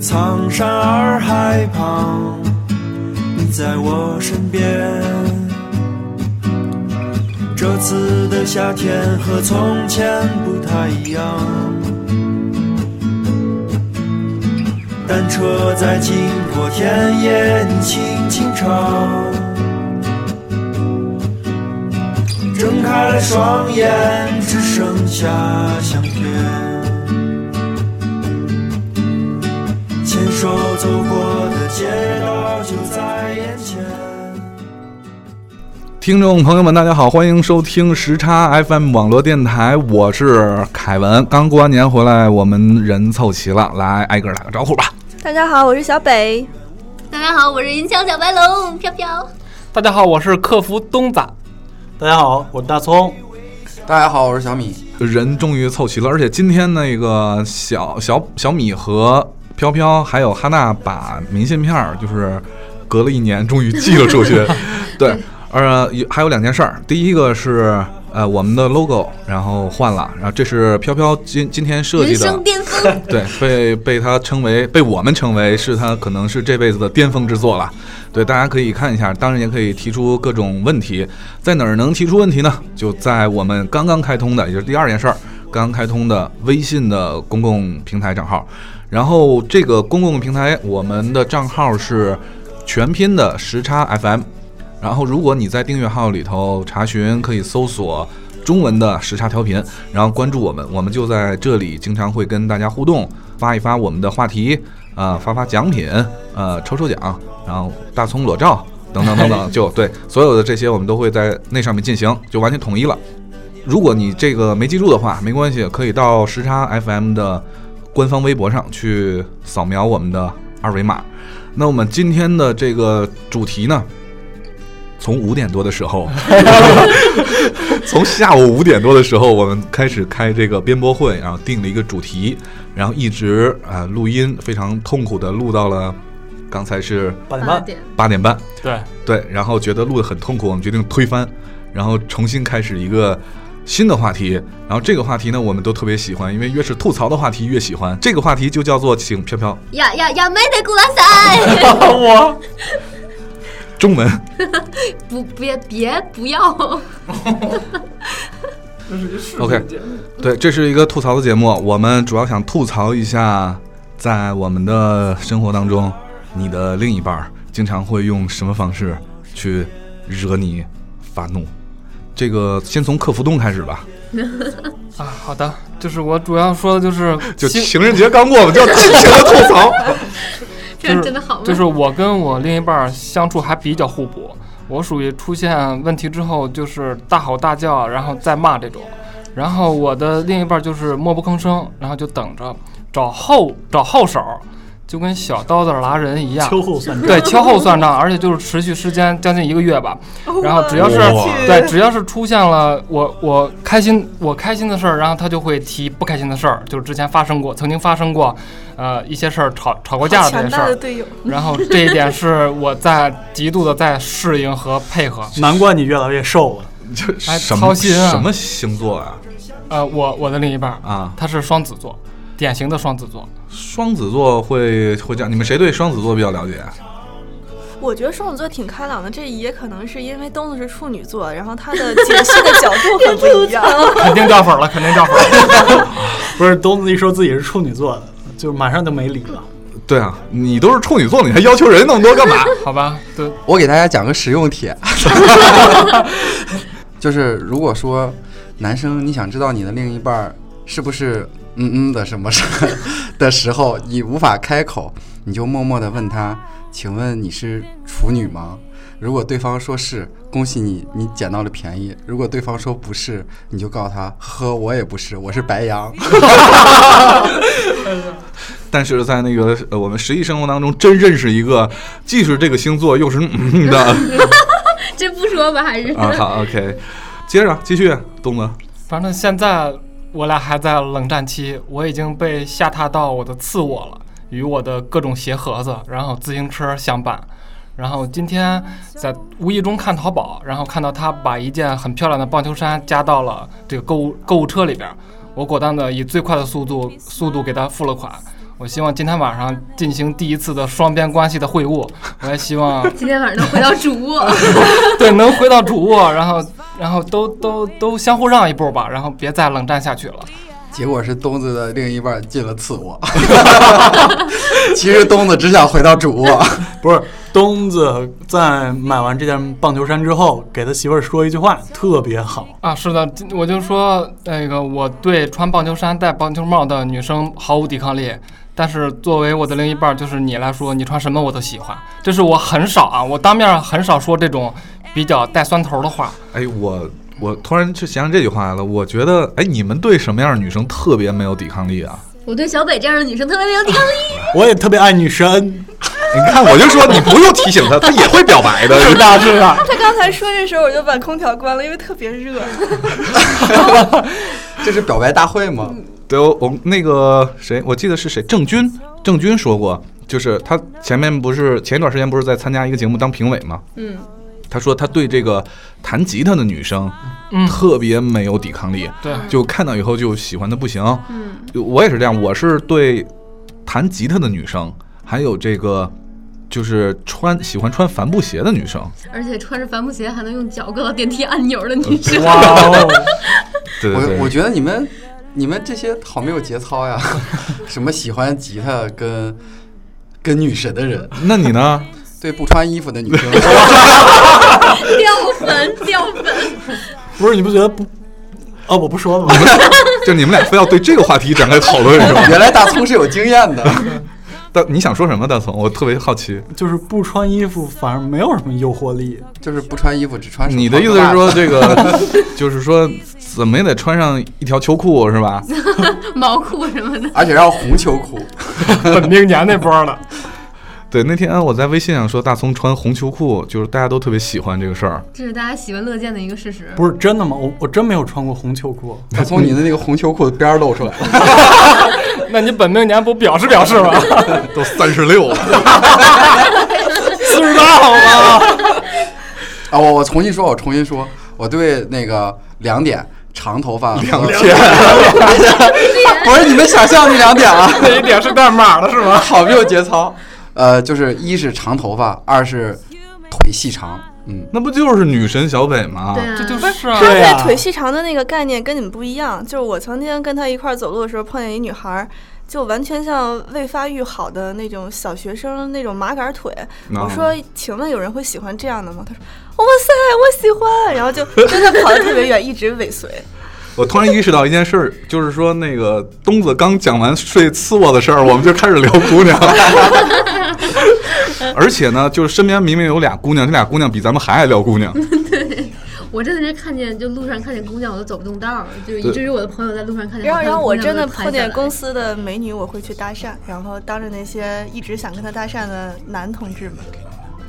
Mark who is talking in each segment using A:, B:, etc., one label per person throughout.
A: 苍山洱海旁，你在我身边。这次的夏天和从前不太一样，单车在经过田野，你轻轻唱，睁开了双眼，只剩下相片。牵手走过的街道就在眼前。
B: 听众朋友们，大家好，欢迎收听时差 FM 网络电台，我是凯文。刚过完年回来，我们人凑齐了，来挨个打个招呼吧。
C: 大家好，我是小北。
D: 大家好，我是银枪小白龙飘飘。
E: 大家好，我是客服东子。
F: 大家好，我是大葱。
G: 大家好，我是小米。
B: 人终于凑齐了，而且今天那个小小小米和飘飘还有哈娜把明信片儿，就是隔了一年终于寄了出去。对，呃，有还有两件事儿，第一个是呃我们的 logo 然后换了，然后这是飘飘今今天设
D: 人
B: 计的
D: 生，巅峰，
B: 对，被被他称为被我们称为是他可能是这辈子的巅峰之作了。对，大家可以看一下，当然也可以提出各种问题，在哪儿能提出问题呢？就在我们刚刚开通的，也就是第二件事儿，刚刚开通的微信的公共平台账号。然后这个公共平台，我们的账号是全拼的时差 FM。然后如果你在订阅号里头查询，可以搜索中文的时差调频，然后关注我们，我们就在这里经常会跟大家互动，发一发我们的话题，呃，发发奖品，呃，抽抽奖，然后大葱裸照。等等等等，就对所有的这些，我们都会在那上面进行，就完全统一了。如果你这个没记住的话，没关系，可以到时差 FM 的官方微博上去扫描我们的二维码。那我们今天的这个主题呢，从五点多的时候， 从下午五点多的时候，我们开始开这个编播会，然后定了一个主题，然后一直啊、呃录音，非常痛苦的录到了刚才是
F: 八点半，
B: 八点半。
E: 对，
B: 对，然后觉得录得很痛苦，我们决定推翻，然后重新开始一个新的话题。然后这个话题呢，我们都特别喜欢，因为越是吐槽的话题越喜欢。这个话题就叫做“请飘飘
D: 呀呀呀，没得古拉 塞！
E: 我
B: 中文
D: 不，别别 不要，
B: ”，OK，对，这是一个吐槽的节目，我们主要想吐槽一下，在我们的生活当中，你的另一半儿经常会用什么方式去惹你发怒。这个先从客服东开始吧，
E: 啊，好的，就是我主要说的 就是
B: 就
E: 亲
B: 情人节刚过，我们就要尽情的吐 槽。
D: 这样真的好吗？
E: 就是我跟我另一半儿相处还比较互补，我属于出现问题之后就是大吼大叫，然后再骂这种，然后我的另一半儿就是默不吭声，然后就等着找后找后手，就跟小刀子拉人一 样，
F: 秋后算账。
E: 对，秋后算账，而且就是持续时间将近一个月吧。然后只要是
B: 哇
E: 对，只要是出现了我我开心我开心的事儿，然后他就会提不开心的事儿，就是之前发生过，曾经发生过，呃，一些事儿吵吵过架的这
C: 强
E: 些事
C: 大的
E: 儿。
C: 队友，
E: 然后这一点是我在极度的在适应和配合。
F: 难怪你越来越瘦了。
B: 这
E: 哎
B: 什么
E: 操心啊
B: 什么星座啊？
E: 呃，我我的另一半儿
B: 啊
E: 他是双子座，典型的双子座。
B: 双子座会会这样，你们谁对双子座比较了解？
C: 我觉得双子座挺开朗的，这也可能是因为东子是处女座，然后他的解析的角度很 不一样。
E: 肯定掉粉儿了，肯定掉粉儿了。
F: 不是东子一说自己是处女座的，就马上就没理了。
B: 对啊，你都是处女座，你还要求人那么多干嘛？
E: 好吧，对，
G: 我给大家讲个实用帖，就是如果说男生你想知道你的另一半儿是不是嗯嗯的什么事的时候，你无法开口，你就默默的问他：“请问你是处女吗？”如果对方说是，恭喜你，你捡到了便宜；如果对方说不是，你就告诉他：“呵，我也不是，我是白羊。
B: 但是在那个呃我们实际生活当中，真认识一个既是这个星座又是嗯的
D: 这不说吧，还是
B: 啊。好，OK，接着啊继续，东子。
E: 反正现在我俩还在冷战期，我已经被下榻到我的次我了，与我的各种鞋盒子，然后自行车相伴。然后今天在无意中看淘宝，然后看到他把一件很漂亮的棒球衫加到了这个购物购物车里边儿，我果断的以最快的速度速度给他付了款。我希望今天晚上进行第一次的双边关系的会晤，我也希望
D: 今天晚上能回到主卧，
E: 对，能回到主卧，然后然后都都都相互让一步吧，然后别再冷战下去了。
G: 结果是东子的另一半进了次卧。 其实东子只想回到主卧。
F: 不是东子在买完这件棒球衫之后，给他媳妇儿说一句话，特别好。
E: 啊，是的，今我就说那个我对穿棒球衫、戴棒球帽的女生毫无抵抗力，但是作为我的另一半，就是你来说，你穿什么我都喜欢。这是我很少啊，我当面很少说这种比较带酸头的话。
B: 哎，我我突然就想起这句话来了，我觉得，哎，你们对什么样的女生特别没有抵抗力啊？
D: 我对小北这样的女生特别没有抵抗力。
F: 我也特别爱女生，
B: 你看，我就说你不用提醒她，她也会表白 的。
F: 是吧？是吧？
C: 他刚才说这时候我就把空调关了，因为特别 热。
G: 这是表白大会吗？
B: 对，我我那个谁，我记得是谁，郑钧，郑钧说过，就是他前面不是前一段时间不是在参加一个节目当评委吗？
C: 嗯，
B: 他说他对这个弹吉他的女生
E: 嗯，
B: 特别没有抵抗力，
E: 对，
B: 就看到以后就喜欢的不行。
C: 嗯，
B: 就我也是这样，我是对弹吉他的女生，还有这个就是穿喜欢穿帆布鞋的女生，
D: 而且穿着帆布鞋还能用脚够到电梯按钮的女生，
E: 哇哦，
B: 对对对，
G: 我我觉得你们你们这些好没有节操呀！ 什么喜欢吉他跟跟女神的人，
B: 那你呢？
G: 对不穿衣服的女生，
D: 掉粉掉粉。
F: 不是你不觉得不？哦，我不说了吗？
B: 就你们俩非要对这个话题展开讨论是吧？
G: 原来大葱是有经验的。
B: 大你想说什么，大葱？我特别好奇。
F: 就是不穿衣服反而没有什么诱惑力。
G: 就是不穿衣服，只穿手
B: 你
G: 套
B: 的意思是
G: 袜子
B: 说，这 个就是说，怎么也得穿上一条秋裤是吧？
D: 毛裤什么的，
G: 而且要红秋裤，
E: 本命年那波了。
B: 对，那天我在微信上说大葱穿红秋裤，就是大家都特别喜欢这个事儿。
D: 这是大家喜闻乐见的一个事实。
B: 啊
F: 不是真的吗？我我真没有穿过红秋裤。
G: 他从你的那个红秋裤的边儿露出来了。
E: 那你本命年不表示表示 吗？
B: 都三十六了，
E: 四十八好吗？
G: 啊，我我重新说，我重新说，我对那个两点长头发两点， 不是你们想象的两点啊，
E: 那一点是代码了是吗？
G: 好没有节操。呃，就是一是长头发，二是腿细长，嗯，
B: 那不就是女神小北吗？
D: 对啊，
E: 这就是啊
C: 他
F: 对
C: 对
F: 啊
C: 腿细长的那个概念跟你们不一样，就是我曾经跟他一块儿走路的时候碰见一女孩儿，就完全像未发育好的那种小学生那种麻杆儿腿。
F: 嗯
B: 啊
C: 我说，请问有人会喜欢这样的吗？他说，哇塞，我喜欢。然后就真的跑得特别远，一直尾随。
B: 我突然意识到一件事儿，就是说那个东子刚讲完睡次卧的事儿，我们就开始聊姑娘。 而且呢，就是身边明明有俩姑娘，这俩姑娘比咱们还爱聊姑娘。
D: 我真的是看见就路上看见姑娘我都走不动道儿，就是
B: 对
D: 以至于我的朋友在路上看 见
C: 然
D: 好
C: 后，
D: 看
C: 然后
D: 姑
C: 我
D: 娘
C: 真的
D: 都
C: 碰
D: 拍下
C: 见
D: 来
C: 公司的美女，我会去搭讪，然后当着那些一直想跟他搭讪的男同志们，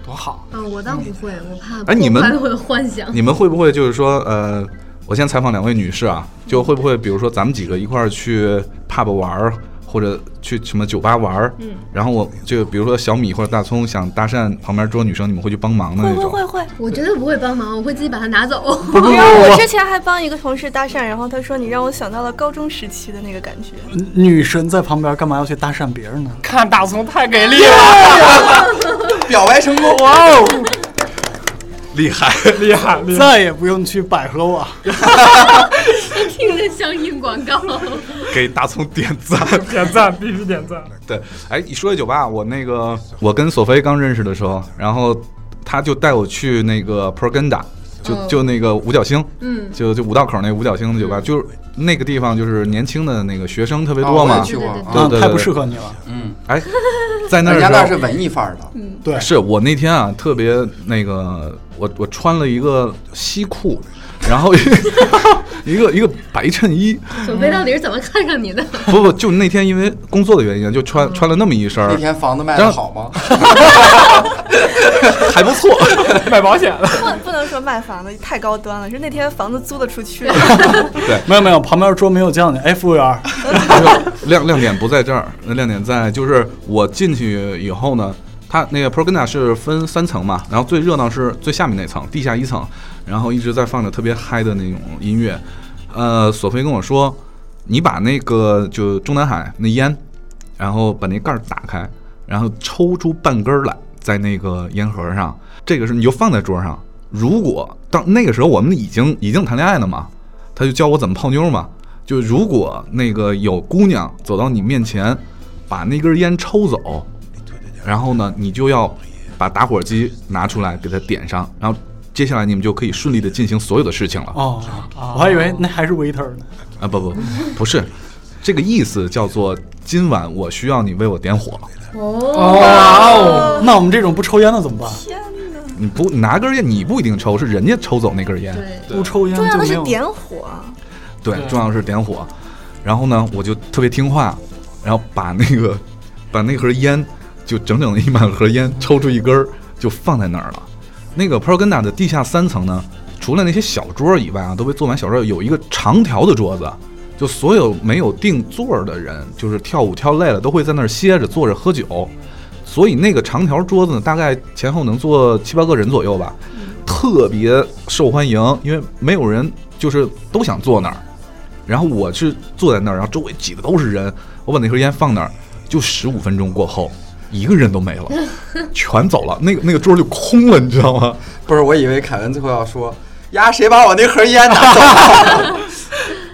E: 多好。
D: 啊，我倒不会，我怕
B: 哎你们
D: 破坏我的 幻想。
B: 你们会不会就是说，呃，我先采访两位女士啊，就会不会比如说咱们几个一块儿去 pub 玩儿，或者去什么酒吧玩儿，嗯，然后我就比如说小米或者大葱想搭讪旁边桌女生，你们会去帮忙的
C: 会
B: 那
C: 会
B: 种？
C: 会会。
D: 我绝对不会帮忙，我会自己把它拿 走。
F: 不不不
C: 然后我
F: 不
C: 之前还帮一个同事搭讪，然后他说你让我想到了高中时期的那个感觉。
F: 不，女神在旁边干嘛要去搭讪别人呢？
E: 看大葱太给力了，
G: 表白成功。
E: 哇哦，
B: 厉害！
E: 厉害厉害！
F: 再也不用去百合网。
D: 听着像硬广告，
B: 给大葱点赞。
E: 点赞必须点赞。
B: 对，哎，你说起酒吧，我那个我跟索菲刚认识的时候，然后他就带我去那个 Propaganda，就、
D: 嗯
B: 就那个五角星，
D: 嗯，
B: 就就五道口那五角星的酒
G: 嗯
B: 吧，就是那个地方就是年轻的那个学生特别
G: 啊
B: 多
G: 我
B: 嘛。
G: 也去过，
D: 对对对
B: 对
F: 啊
G: 啊，
B: 对
F: 太不适合你了。
G: 嗯，
B: 哎，在那儿
G: 人
B: 的时
G: 家
B: 候
E: 嗯
G: 那是文艺范儿的，
F: 对，
B: 是我那天啊特别那个我我穿了一个西裤，然后 一个一个白衬衣，
D: 准备到底是怎么看上你的？
B: 不不，就那天因为工作的原因，就穿穿了那么一身儿
G: 嗯那，天房子卖的好吗？
B: 还不错。
E: 买保险了，
C: 不不能说卖房子太高端了，是那天房子租得出去了。
F: 没有没有，旁边桌没有叫你，哎，服务员，
B: 亮亮点不在这儿，那亮点在就是我进去以后呢，它那个 Progna 是分三层嘛，然后最热闹是最下面那层，地下一层，然后一直在放着特别嗨的那种音乐。呃，索菲跟我说，你把那个就中南海那烟，然后把那盖儿打开，然后抽出半根儿来，在那个烟盒上，这个是你就放在桌上。如果到那个时候我们已经已经谈恋爱了嘛，他就教我怎么泡妞嘛。就如果那个有姑娘走到你面前，把那根烟抽走，然后呢，你就要把打火机拿出来给它点上，然后接下来你们就可以顺利的进行所有的事情了。
F: 哦，我还以为那还是 waiter 呢。
B: 啊，不不，不是，这个意思叫做今晚我需要你为我点火。
D: 哦，
F: 那我们这种不抽烟的怎么办？
B: 你不拿根烟，你不一定抽，是人家抽走那根烟。
D: 对，
F: 不抽烟
C: 重要的
F: 就是没有。
C: 点火，
B: 对，
E: 对
B: 重要是点火。然后呢，我就特别听话，然后把那个 把那盒烟就整整一满盒烟抽出一根儿，就放在那儿了。那个 p r o g a n d a 的地下三层呢，除了那些小桌以外啊，都被做满小桌，有一个长条的桌子，就所有没有定座儿的人，就是跳舞跳累了都会在那儿歇着坐着喝酒。所以那个长条桌子呢，大概前后能坐七八个人左右吧，特别受欢迎，因为没有人就是都想坐那儿。然后我是坐在那儿，然后周围挤的都是人，我把那盒烟放那儿，就十五分钟过后，一个人都没了，全走了，那个那个桌就空了，你知道吗？
G: 不是，我以为凯文最后要说呀，谁把我那盒烟拿 走了？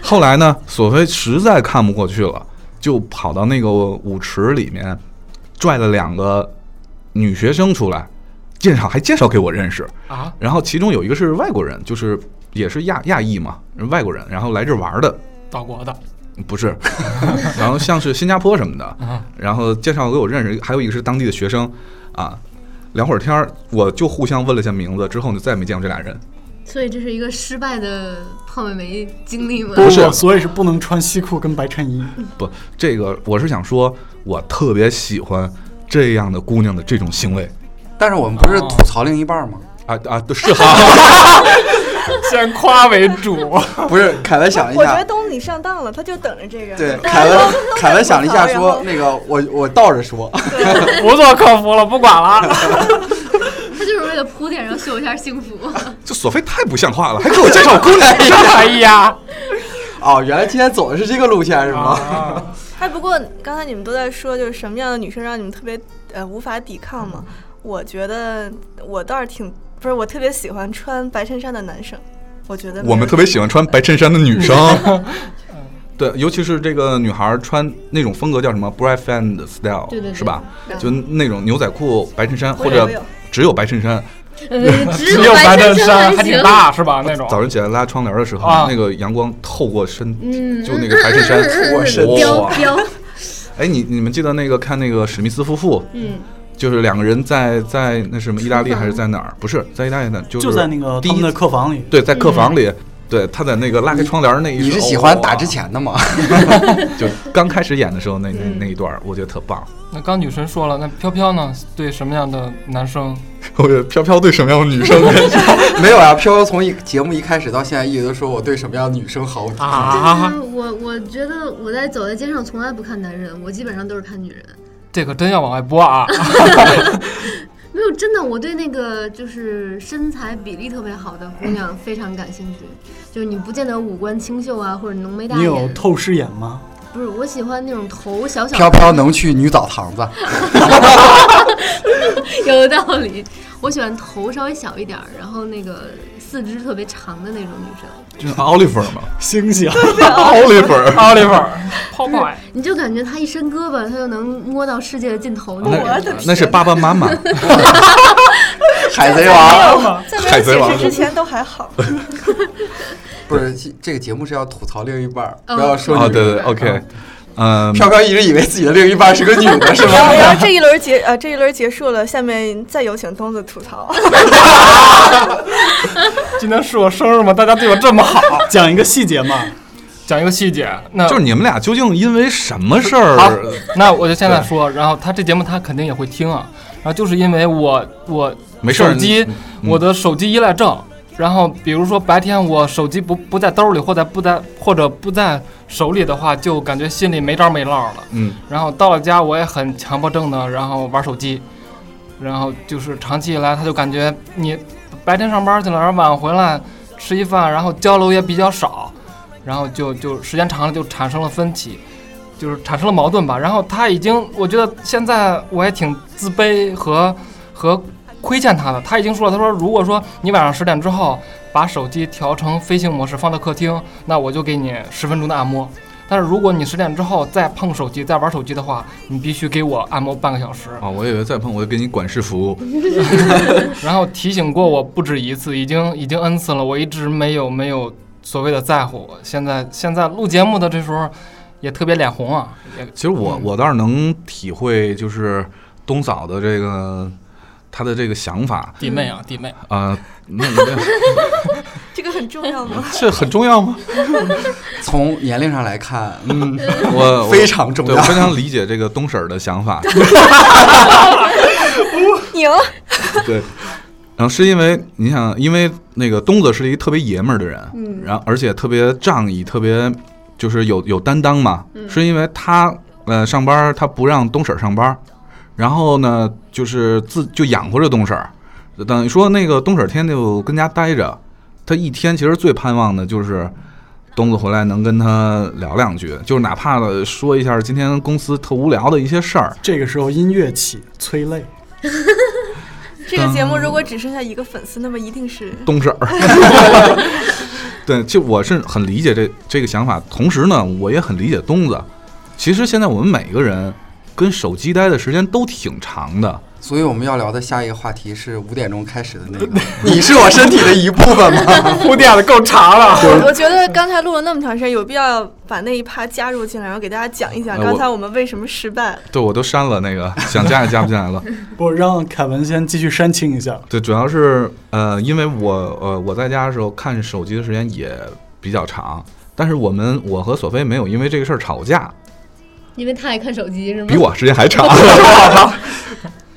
B: 后来呢，索菲实在看不过去了，就跑到那个舞池里面，拽了两个女学生出来，介绍还介绍给我认识
E: 啊。
B: 然后其中有一个是外国人，就是也是亚亚裔嘛，外国人，然后来这玩儿的，
E: 岛国的，
B: 不是， 然后像是新加坡什么的，然后介绍给我认识，还有一个是当地的学生，啊，聊会儿天儿，我就互相问了一下名字，之后呢再也没见过这俩人。
D: 所以这是一个失败的泡妹妹经历吗？
F: 不
B: 是
F: 所以是不能穿西裤跟白衬衣。
B: 不，这个我是想说，我特别喜欢这样的姑娘的这种行为
G: 但是我们不
E: 哦
G: 是吐槽另一半吗？
B: 啊啊，对是哈，
E: 先夸为主。
G: 不是，凯文想一
C: 我觉得
G: 下，
C: 东子你上当了，他就等着这个。
G: 对，
C: 大家
G: 凯文
C: 都都
G: 凯文
C: 在
G: 想了一下
C: 吐槽
G: 说，那个我我倒着说，
E: 不做客服了，不管了。
D: 他就是为了铺垫，然后秀一下幸福。
B: 这索菲太不像话了，还给我介绍姑娘。
E: 哎呀，
G: 哦，原来今天走的是这个路线是
E: 啊
G: 吗？
C: 哎，不过刚才你们都在说，就是什么样的女生让你们特别呃无法抵抗嘛？
B: 嗯
C: 我觉得我倒是挺不是，我特别喜欢穿白衬衫的男生。我觉得
B: 我们特别喜欢穿白衬衫的女生。对，尤其是这个女孩儿穿那种风格叫什么 b r i g h t and style，
D: 对对对
B: 是吧？
D: 对
B: 就那种牛仔裤、白衬衫，
C: 我
B: 或
C: 有
B: 者
C: 我有
B: 只有白衬衫。
D: 呃只
E: 只有白衬衫
D: 衫
E: 还挺。大是吧？那种
B: 早上起来拉窗帘的时候，
E: 啊
B: 那个阳光透过身，
D: 嗯
B: 就那个白衬衫透过身。
E: 哦
D: 标
B: 哇！
D: 标，
B: 哎，你你们记得那个看那个史密斯夫妇，
D: 嗯，
B: 就是两个人在在那什么意大利还是在哪儿？不是在意大利那，就
F: 就是在那个
B: 第
F: 他
B: 一
F: 们的客房里，
B: 对，在客房里，对，他在那个拉开窗帘那一手，
G: 你是喜欢打
B: 哇
G: 之前的吗？
B: 就刚开始演的时候那那那一段儿，我觉得特棒。
E: 那刚女神说了，那飘飘呢？对什么样的男生？
B: 我觉得飘飘对什么样的女生
G: 没有啊，飘飘从一节目一开始到现在一直都说我对什么样的女生好感
D: 就
E: 啊，
D: 是嗯我我觉得我在走在街上从来不看男人，我基本上都是看女人。
E: 这可真要往外播啊！
D: 没有，真的，我对那个就是身材比例特别好的姑娘非常感兴趣。就是你不见得五官清秀啊，或者浓眉大
F: 你有
D: 眼，
F: 透视眼吗？
D: 不是，我喜欢那种头小小
G: 飘飘能去女澡堂 子，
D: 有道理。我喜欢头稍微小一点儿，然后那个四肢特别长的那种女生，
B: 就是 Oliver 嘛
F: 星星，
B: ，Oliver。
E: Oliver，泡泡呀，
D: 你就感觉她一伸胳膊，她就能摸到世界的尽头。那
B: 哦那
D: 种。
B: 是那是爸爸妈妈，
G: 海贼王
C: 在
B: 海
C: 没有
B: 贼王
C: 解释之前都 还好。
G: 不是这这个节目是要吐槽另一半儿，
D: 嗯
G: 不要说
B: 哦，
G: 你
B: 对对对，OK，呃，
G: 飘飘一直以为自己的另一半是个女的，是
C: 然后，然
G: 吧？
C: 后这一轮结呃这一轮结束了，下面再有请东子吐槽。
E: 今天是我生日吗？大家对我这么好，
F: 讲一个细节嘛，
E: 讲一个细节，那
B: 就是你们俩究竟因为什么事儿？
E: 好那我就现在说，然后他这节目他肯定也会听啊，然后就是因为我我
B: 没事儿，
E: 手机
B: 嗯
E: 我的手机依赖症，然后比如说白天我手机不不在兜里或者不在或者不在手里的话，就感觉心里没着没落了。
B: 嗯，
E: 然后到了家我也很强迫症的，然后玩手机，然后就是长期以来他就感觉你白天上班去了，然后晚回来吃一饭，然后交流也比较少，然后就就时间长了就产生了分歧。就是产生了矛盾吧，然后他已经，我觉得现在我也挺自卑和和亏欠他的。他已经说了，他说如果说你晚上十点之后把手机调成飞行模式放到客厅，那我就给你十分钟的按摩。但是如果你十点之后再碰手机、再玩手机的话，你必须给我按摩半个小时。
B: 啊，我以为再碰我就给你管事服务。
E: 然后提醒过我不止一次，已经已经 n 次了，我一直没有没有所谓的在乎。现在现在录节目的这时候也特别脸红啊，也
B: 其实我我倒是能体会，就是东嫂的这个她的这个想法
E: 弟妹啊弟妹，
B: 啊，那那
C: 这个很重要 吗？
B: 这很重要吗？
G: 从年龄上来看，嗯，
B: 我我
G: 非常重
B: 对我
G: 要。
B: 非常理解这个东婶儿的想法，
C: 赢了，
B: 对。然后是因为你想，因为那个东子是一个特别爷们儿的人，
D: 嗯
B: 然后而且特别仗义，特别就是有有担当嘛。是因为他呃上班儿他不让东婶儿上班儿，然后呢就是自就养活着东婶儿，等于说那个东婶儿天天就跟家待着，他一天其实最盼望的就是。东子回来能跟他聊两句，就是哪怕了说一下今天公司特无聊的一些事儿，
F: 这个时候音乐起，催泪。
C: 这个
B: 嗯
C: 节目如果只剩下一个粉丝，那么一定是
B: 东婶儿。对，就我是很理解这这个想法，同时呢，我也很理解东子。其实现在我们每个人跟手机待的时间都挺长的，
G: 所以我们要聊的下一个话题是五点钟开始的那个， 你是我身体的一部分吗？
E: 铺垫的够长了。
C: 我我觉得刚才录了那么长时间，有必要把那一趴加入进来，然后给大家讲一讲
B: 哎我
C: 刚才我们为什么失败。
B: 对我都删了那个，想加也加不进来了。
F: 不让凯文先继续煽情一下。
B: 对，主要是呃，因为我呃我在家的时候看手机的时间也比较长，但是我们我和索菲没有因为这个事儿吵架，
D: 因为他爱看手机是吗？
B: 比我时间还长。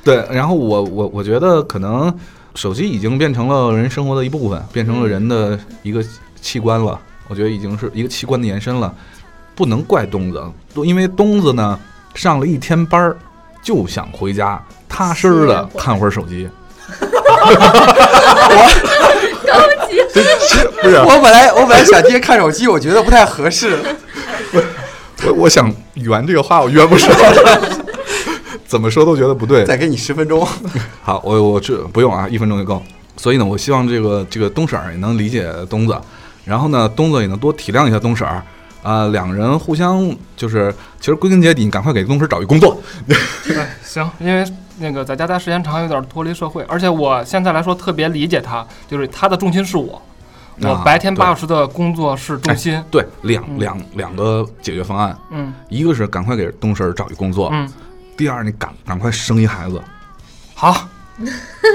B: 对，然后我我我觉得可能手机已经变成了人生活的一部分，变成了人的一个器官了。我觉得已经是一个器官的延伸了，不能怪东子，都因为东子呢上了一天班儿，就想回家踏实的看会儿手机。
G: 我本来我本来想今天看手机，我觉得不太合适。
B: 我我想圆这个话，我圆不上， 怎么说都觉得不对。
G: 再给你十分钟，
B: 好，我我这不用啊，一分钟就够。所以呢，我希望这个这个东婶儿也能理解东子，然后呢，东子也能多体谅一下东婶儿。啊、两人互相就是，其实归根结底，你赶快给东婶儿找一工作。
E: 哎，行，因为那个在家待时间长，有点脱离社会，而且我现在来说特别理解他，就是他的重心是我，我
B: 啊
E: 白天
B: 对
E: 八小时的工作是重心，
B: 对，两
E: 嗯
B: 两两个解决方案，
E: 嗯
B: 一个是赶快给东婶儿找一工作，
E: 嗯，
B: 第二你赶赶快生一孩子。
E: 好，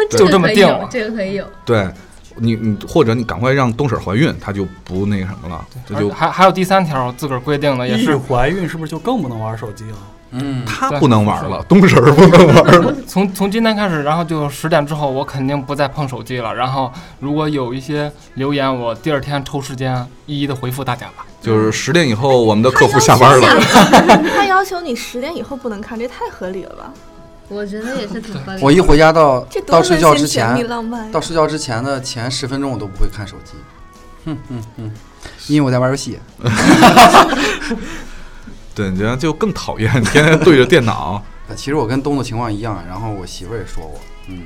B: 对
E: 就这么
D: 可以
E: 定
D: 有
E: 了。
D: 这个可以有。
B: 对，你你或者你赶快让东婶儿怀孕，她就不那什么了，这
E: 而
B: 就
E: 还还有第三条自个儿规定的也
F: 一
E: 是，
F: 怀孕是不是就更不能玩手机了？
G: 嗯，
B: 她
E: 对
B: 不能玩儿了，东婶儿不能玩儿了。
E: 从从今天开始，然后就十点之后我肯定不再碰手机了。然后如果有一些留言，我第二天抽时间一一的回复大家吧。
B: 就是十点以后，我们的客服下班了。
C: 他要求你十点以后不能看，这太合理了吧？
D: 我觉得也是挺合理的。
G: 我一回家到
C: 这多
G: 到睡觉
C: 温
G: 之
C: 馨甜蜜
G: 前，
C: 浪漫呀
G: 到！睡觉之前的前十分钟我都不会看手机， 哼哼哼，因为我在玩游戏。
B: 对，你这样就更讨厌，天天对着电脑。
G: 呃其实我跟东子情况一样，然后我媳妇儿也说我，嗯，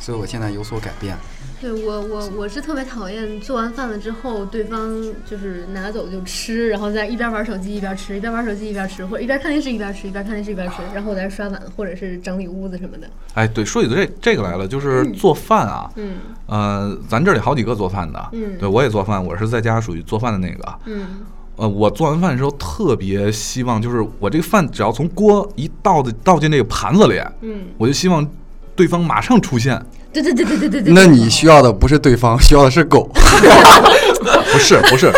G: 所以我现在有所改变。
D: 对我我我是特别讨厌做完饭了之后，对方就是拿走就吃，然后在一边玩手机一边吃，一边玩手机一边吃，或者一边看电视一边吃，一边看电视一边吃，然后我在这刷碗或者是整理屋子什么的。
B: 哎，对，说起这这个来了，就是做饭啊，
D: 嗯
B: 呃，咱这里好几个做饭的，
D: 嗯
B: 对我也做饭，我是在家属于做饭的那个。
D: 嗯，
B: 呃，我做完饭的时候特别希望，就是我这个饭只要从锅一倒的倒进这个盘子里，
D: 嗯，
B: 我就希望对方马上出现。
D: 对对对对对对对。
G: 那你需要的不是对方， 需要的 是狗。
B: 不是不是，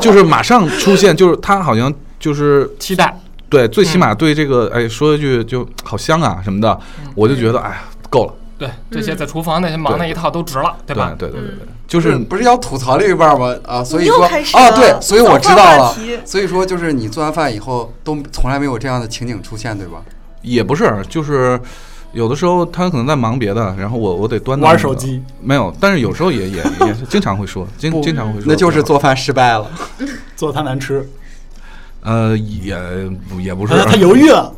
B: 就是马上出现，就是他好像就是
E: 期待，
B: 对，最起码对这个哎说一句就好香啊什么的，我就觉得哎呀够了，
E: 对这些在厨房那些忙那一套都值了，对
B: 对
E: 吧？
B: 对对对对，就是
G: 不是要吐槽另一半吗？啊，所以
C: 又
G: 说
C: 开始
G: 啊，
C: 了
G: 对，所以
C: 总
G: 我
C: 换
G: 知道
C: 话
G: 了
C: 题。
G: 所以说就是你做完饭以后都从来没有这样的情景出现，对吧？
B: 也不是，就是有的时候他可能在忙别的，然后我我得端到那
F: 玩
B: 个
F: 手机，
B: 没有，但是有时候也也也是经常会说，经
F: 不
B: 经常会说，
G: 那就是做饭失败了。
F: 做的太难吃，
B: 呃也不也不是
F: 哎，他 犹豫了，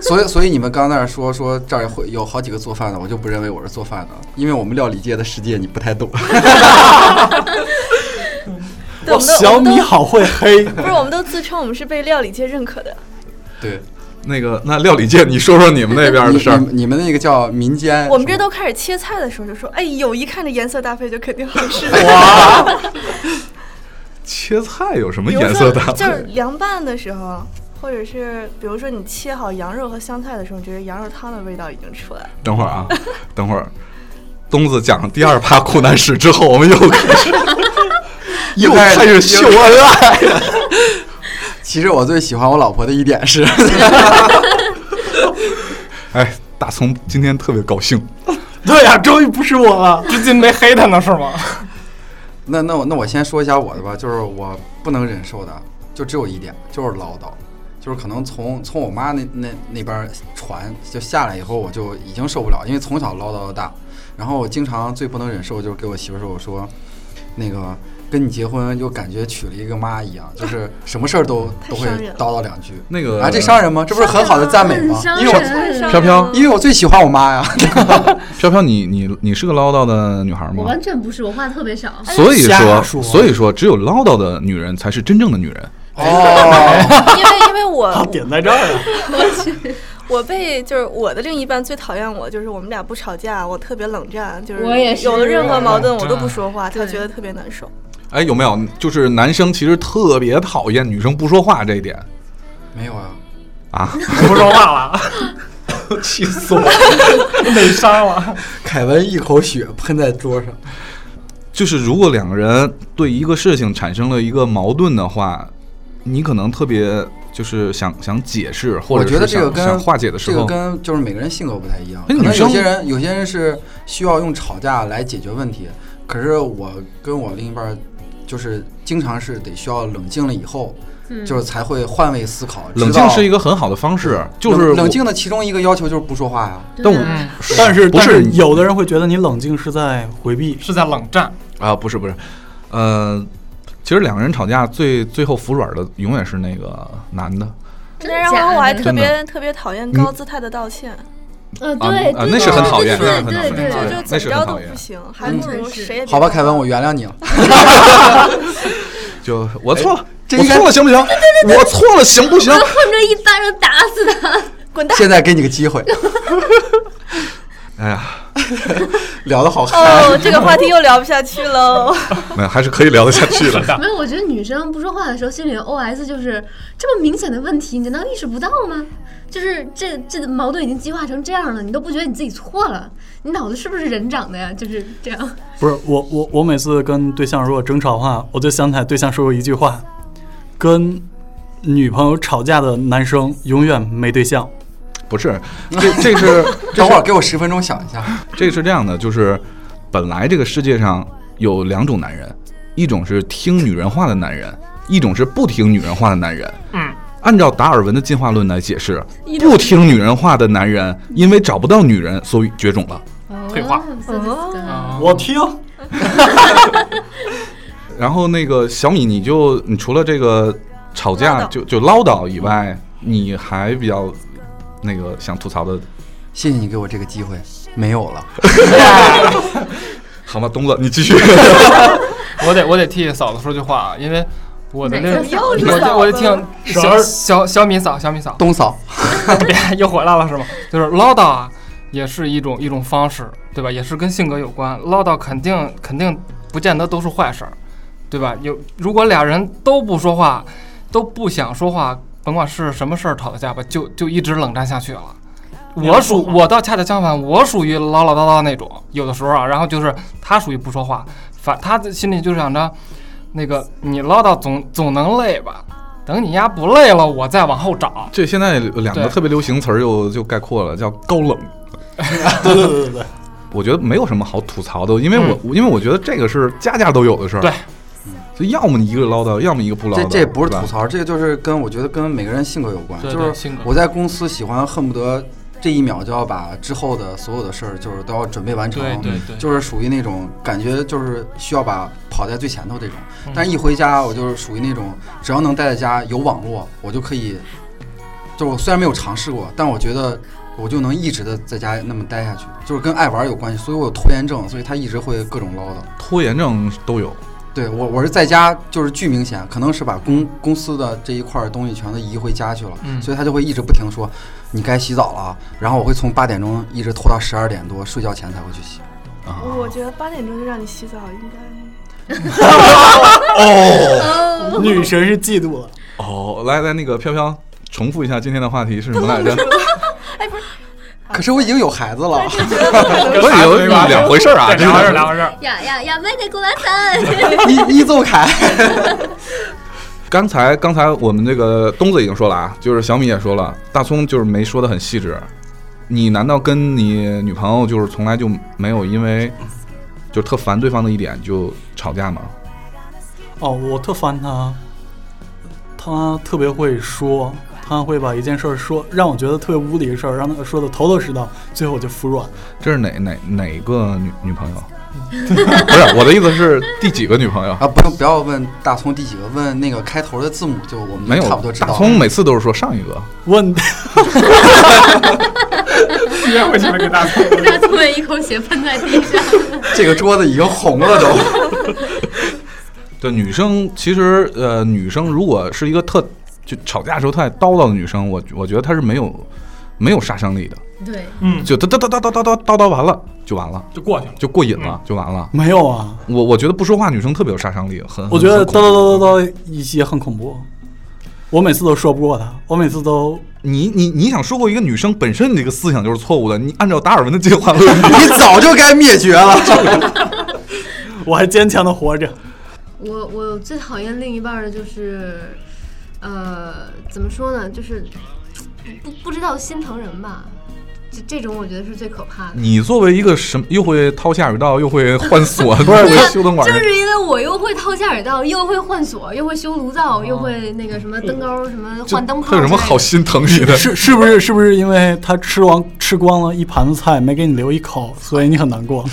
G: 所以，所以你们刚那儿说说这儿会有好几个做饭的，我就不认为我是做饭的，因为我们料理界的世界你不太懂。
C: 对，我们都
F: 小
C: 我们
F: 米
C: 都
F: 好会黑，
C: 不是，我们都自称我们是被料理界认可的。
G: 对，
B: 那个那料理界，你说说你们那边
G: 你
B: 的事儿
G: 你。们你们那个叫民间，
C: 我们这
G: 是吗
C: 都开始切菜的时候就说，哎，有一看这颜色搭配就肯定好吃。
B: 切菜有什么
C: 比如
B: 颜色
C: 说
B: 搭
C: 就
B: 配？
C: 是凉拌的时候，或者是比如说你切好羊肉和香菜的时候，你觉得羊肉汤的味道已经出来了。
B: 等会儿啊，等会儿，东子讲第二趴苦难史之后，我们又开始又开始秀恩爱。
G: 其实我最喜欢我老婆的一 点是，
B: 哎，大葱今天特别高兴，
F: 对呀、终于不是我了。
E: 至今没黑他呢是吗？
G: 那那我那我先说一下我的吧，就是我不能忍受的就只有一点，就是唠叨，就是可能从从我妈那那那边儿传就下来以后，我就已经受不了，因为从小唠叨到大。然后我经常最不能忍受就是给我媳妇儿说，我说那个跟你结婚就感觉娶了一个妈一样，就是什么事儿都
C: 太
G: 都会
C: 伤人了
G: 叨叨两句。
B: 那个
G: 啊，这伤人吗？这不是很好的赞美吗？
D: 伤
G: 因为
D: 人
G: 我
D: 很伤人，
B: 飘飘
G: 因为我最喜欢我妈呀。
B: 飘飘，你你你是个唠叨的女孩吗
D: 我完？全不是，我话特别少。
B: 所以
F: 瞎
B: 说，
F: 说
B: 所以说，只有唠叨的女人才是真正的女人。
G: 哦，
C: 因为因为
F: 他
C: 我
F: 点在这儿啊了，
C: 我被就是我的另一半最讨厌我，就是我们俩不吵架，我特别冷战，就是
D: 我也是
C: 有了任何矛盾我
E: 冷
C: 都
E: 战
C: 不说话，他
D: 对
C: 觉得特别难受。
B: 哎，有没有就是男生其实特别讨厌女生不说话这一点
G: 没有啊，
B: 啊？
E: 不说话 了，
B: 气死我！了。
E: 内伤了。
G: 凯文一口血喷在桌上。
B: 就是如果两个人对一个事情产生了一个矛盾的话，你可能特别就是想想解释，或
G: 我
B: 者
G: 觉得
B: 是
G: 这个
B: 想想
G: 跟
B: 化解的时
G: 这个
B: 候，
G: 跟就是每个人性格不太一样。
B: 哎
G: 可能
B: 女生
G: 有些人有些人是需要用吵架来解决问题，可是我跟我另一半儿就是经常是得需要冷静了以后，
D: 嗯
G: 就是才会换位思考。
B: 冷静是一个很好的方式，
G: 知
B: 就
G: 道
B: 是
G: 冷冷
B: 我。
G: 静的其中一个要求就是不说话呀。
D: 对
B: 但我
D: 啊
F: 但是
B: 不
F: 但
B: 是
F: 是有的人会觉得你冷静是在回避，
E: 是在冷战，
B: 啊？不是不是，呃，其实两个人吵架最最后服软的永远是那个男的
D: 真的
C: 然后我还
D: 假
C: 特
D: 的
C: 别特别讨厌高姿态的道歉，
D: 呃，
B: 啊
D: 对，
B: 啊，
D: 对
B: 那是很讨厌，那
D: 对
B: 是很讨
D: 对
B: 厌，
D: 对
C: 就
D: 对
B: 对
C: 就
B: 那
C: 怎
B: 是
C: 么
B: 很
C: 着都
B: 讨
C: 不
B: 厌。
C: 行，还不如谁也别
G: 好吧，
C: 说
G: 凯文，我原谅你了。
B: 就我错了，
G: 这
B: 哎我
G: 应该
B: 错了行不行？我错了行不行？
D: 我恨不得一巴掌打死他。
C: 滚蛋！
G: 现在给你个机会，
B: 哎呀，
G: 聊得好嗨。
C: 哦，这个话题又聊不下去 喽。
B: 没有，还是可以聊得下去的。
D: 没有，我觉得女生不说话的时候，心里的 OS 就是这么明显的问题，你难道意识不到吗？就是这这矛盾已经激化成这样了，你都不觉得你自己错了？你脑子是不是人长的呀？就是这样。
F: 不是我我我每次跟对象如果争吵的话，我就想起来对象说过一句话：跟女朋友吵架的男生永远没对 象。
B: 不是，这这是
G: 等会儿给我十分钟想一下。
B: 这是这样的，就是本来这个世界上有两种男人，一种是听女人话的男人，一种是不听女人话的男人。
E: 嗯，
B: 按照达尔文的进化论来解释，不听女人话的男人因为找不到女人，所以绝种了。
E: 退化
D: 哦是的
E: 啊
F: 我听，
B: 然后那个小米，你就你除了这个吵架
C: 唠叨
B: 就就唠叨以外，你还比较那个想吐槽的，
G: 谢谢你给我这个机会，没有了。
B: 好吗？东子，你继续。
E: 我得我得替嫂子说句话，啊，因为我的
D: 哪
E: 那
D: 个嫂子
E: 我就我就听
F: 婶
E: 小
F: 儿
E: 小小米嫂小米嫂，
G: 东嫂，
E: 别 又回来了是吗？就是唠叨啊，也是一种一种方式，对吧？也是跟性格有关。唠叨肯定肯定不见得都是坏事儿，对吧？有如果俩人都不说话，都不想说话，甭管是什么事儿吵的架吧，就就一直冷战下去了。我属我倒恰恰相反，我属于唠唠叨叨那种，有的时候啊，然后就是他属于不说话，反他的心里就想着，那个你唠叨总总能累吧，等你丫不累了，我再往后找。
B: 这现在有两个
E: 对
B: 特别流行词儿又就概括了，叫高冷。
F: 对对对对对，
B: 我觉得没有什么好吐槽的，因为我、因为我觉得这个是家家都有的事儿。
E: 对，
B: 就要么你一个唠叨，要么一个不唠
G: 这
B: 叨。
G: 这不是
B: 对吧
G: 吐槽，这就是跟我觉得跟每个人性格有关。
E: 对
G: 就
E: 对
G: 是
E: 性格
G: 我在公司喜欢恨不得这一秒就要把之后的所有的事儿就是都要准备完成，
E: 对对对
G: 就是属于那种感觉就是需要把跑在最前头这种。
E: 嗯
G: 但一回家我就是属于那种只要能待在家有网络，我就可以，就是我虽然没有尝试过，但我觉得。我就能一直的在家那么待下去，就是跟爱玩有关系，所以我有拖延症，所以他一直会各种唠叨。
B: 拖延症都有。
G: 对我，我是在家就是巨明显，可能是把公公司的这一块儿东西全都移回家去了，
E: 嗯
G: 所以他就会一直不停地说你该洗澡了啊，然后我会从八点钟一直拖到十二点多，睡觉前才会去洗。
B: 啊
C: 我觉得八点钟就让你洗澡 应该
F: 女神是嫉妒了，
B: 哦，来来，那个飘飘，重复一下今天的话题是什么来着？
G: 可是我已经有孩子了，
B: 所 以有两回事儿啊，
E: 两回
B: 这个
E: 事儿，两回事儿。
D: 呀呀呀，麦给过来 三，
G: 你你走开。
B: 刚才刚才我们这个东子已经说了啊，就是小米也说了，大葱就是没说的很细致。你难道跟你女朋友就是从来就没有因 为就特烦对方的一点就吵架吗？
F: 哦，我特烦他，他特别会说，他会把一件事儿说，让我觉得特别无理的事儿，让他说的头头是道，最后我就服软。
B: 这是哪哪哪个女女朋友？不是我的意思是第几个女 朋友？
G: 啊，不用不要问大葱第几个，问那个开头的字母就我们
B: 没有
G: 差不多，知道
B: 大
G: 了。
B: 葱每次都是说上一个，
F: 问，
E: 约回去了，给大葱。
D: 他突然一口血喷在地上。
G: 这个桌子已经红 了都。
B: 对女生其实呃，女生如果是一个特就吵架时候特爱叨叨的女生，我我觉得她是没有没有杀伤力的，
D: 对，
E: 嗯，
B: 就叨叨叨叨叨叨叨叨完了就完了，
E: 就过去了。
B: 就过瘾
D: 嗯
B: 了就完了。
F: 没有啊，
B: 我我觉得不说话女生特别有杀伤力，
E: 嗯
B: 很
F: 我觉得
B: 很
F: 叨
B: 恐怖
F: 叨叨叨叨也很恐怖，我每次都说不过他，我每次都
B: 你你你想说过一个女生本身你这个思想就是错误的，你按照达尔文的进化论，
G: 你早就该灭绝了。
F: 我还坚强的活着。
D: 我我最讨厌另一半儿的就是，呃，怎么说呢，就是不不知道心疼人吧，这这种我觉得是最可怕的。
B: 你作为一个什么又会掏下水道又会换 锁，不
D: 对
B: 会
D: 啊
B: 修灯管
D: 就
B: 的，
D: 是因为我又会掏下水道，又会换锁，又会修炉
B: 哦
D: 灶，又会那个什么登高，什么换灯泡
B: 他
D: 之类的。
B: 有什么好心疼你的？
F: 是是不是是不是因为他吃完吃光了一盘子菜没给你留一口，所以你很 难过？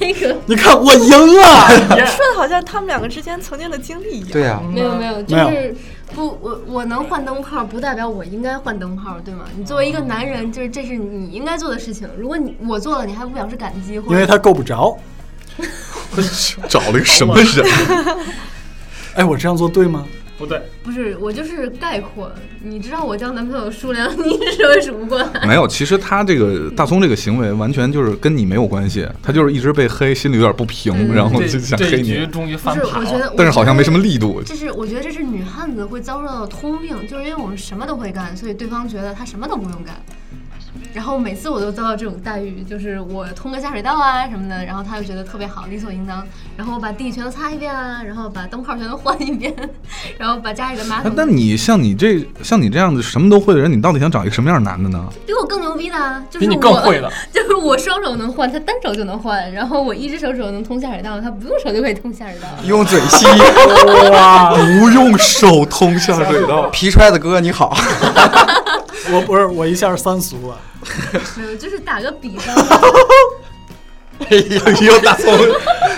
D: 那 个？
F: 你看我赢了，
C: 说的好像他们两个之间曾经的经历一样。
G: 对呀、
D: 没有没有，就
F: 没有
D: 是不，我我能换灯泡，不代表我应该换灯泡，对吗？你作为
B: 哦
D: 一个男人，就是这是你应该做的事情。如果你我做了，你还不表示感激，或者
F: 因为他够不着。
B: 找了一个什么人？
F: 哎，我这样做对吗？
E: 不对，
D: 不是，我就是概括。你知道我交男朋友数量，你数也数不过来。
B: 没有，其实他这个大葱这个行为完全就是跟你没有关系，他就是一直被黑，心里有点不平，
D: 嗯
B: 然后
E: 这
B: 就想
E: 这
B: 黑
E: 一局
B: 你，
E: 终于
D: 不
E: 翻
D: 是，
E: 盘
D: 我觉
E: 了。
D: 得，
B: 哦但是好像没什么。力度。
D: 这是我觉得这是女汉子会遭受到的通病，就是因为我们什么都会干，所以对方觉得她什么都不用干。然后每次我都遭到这种待遇，就是我通个下水道啊什么的，然后他就觉得特别好，理所应当。然后我把地全都擦一遍啊，然后把灯泡全都换一遍， 然后把家里的马
B: 那
D: 桶。
B: 哎那你像你这像你这样子什么都会的人，你到底想找一个什么样的男的呢？
D: 比我更牛逼的啊，就是
E: 比你
D: 我
E: 更会的，
D: 就是我双手能换，他单手就能换，然后我一只手指头能通下水道，他不用手就可以通下水道。
G: 用嘴吸。
B: 哇，不啊用手通下水道。
G: 皮揣子哥你好，
F: 我不是，我一下三俗了。
D: 没有， 就是打个比方吧，
G: 哎呦大葱，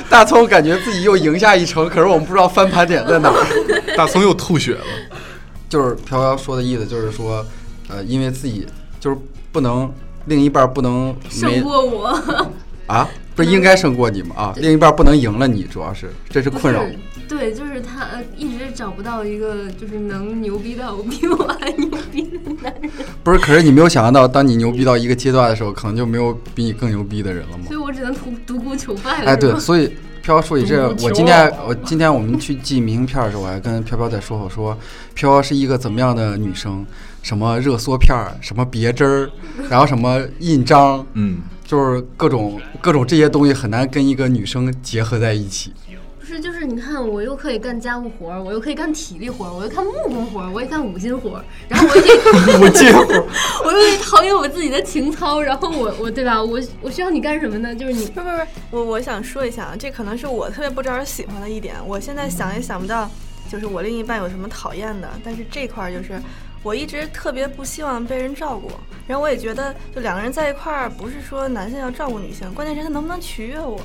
G: 大葱感觉自己又赢下一城，可是我们不知道翻盘点在哪儿。
B: 大葱又吐血了。
G: 就是飘飘说的意思，就是说，呃，因为自己就是不能另一半不能
D: 胜
G: 没
D: 过我。
G: 啊，不是应该胜过你吗？啊，另一半不能赢了你，主要是这是
D: 不
G: 困扰。
D: 是，对，就是他呃一直找不到一个就是能牛逼到比我还牛逼的男人。
G: 不是，可是你没有想象到，当你牛逼到一个阶段的时候，可能就没有比你更牛逼的人了吗
D: 所？以我只能独独孤求败了。
G: 哎，
D: 是
G: 对，
D: 吗
G: 所以飘说起这，
E: 独孤
G: 我
E: 求
G: 今天
E: 偶
G: 我今天我们去寄明信片的时候，我还跟飘飘在说，我说飘飘是一个怎么样的女生？什么热缩片儿，什么别针儿，然后什么印章，
B: 嗯，
G: 就是各种各种这些东西很难跟一个女生结合在一起。
D: 不是，就是你看，我又可以干家务活儿，我又可以干体力活儿，我又干木工活儿，我也干五金活儿，然后我也可以，
F: 我记住，
D: 我又可以陶冶我自己的情操，然后我我对吧？我我需要你干什么呢？就是你
C: 不是不是不是，我我想说一下啊，这可能是我特别不招人喜欢的一点。我现在想也想不到，就是我另一半有什么讨厌的，但是这块儿就是。我一直特别不希望被人照顾，然后我也觉得，就两个人在一块儿，不是说男性要照顾女性，关键是他能不能取悦我，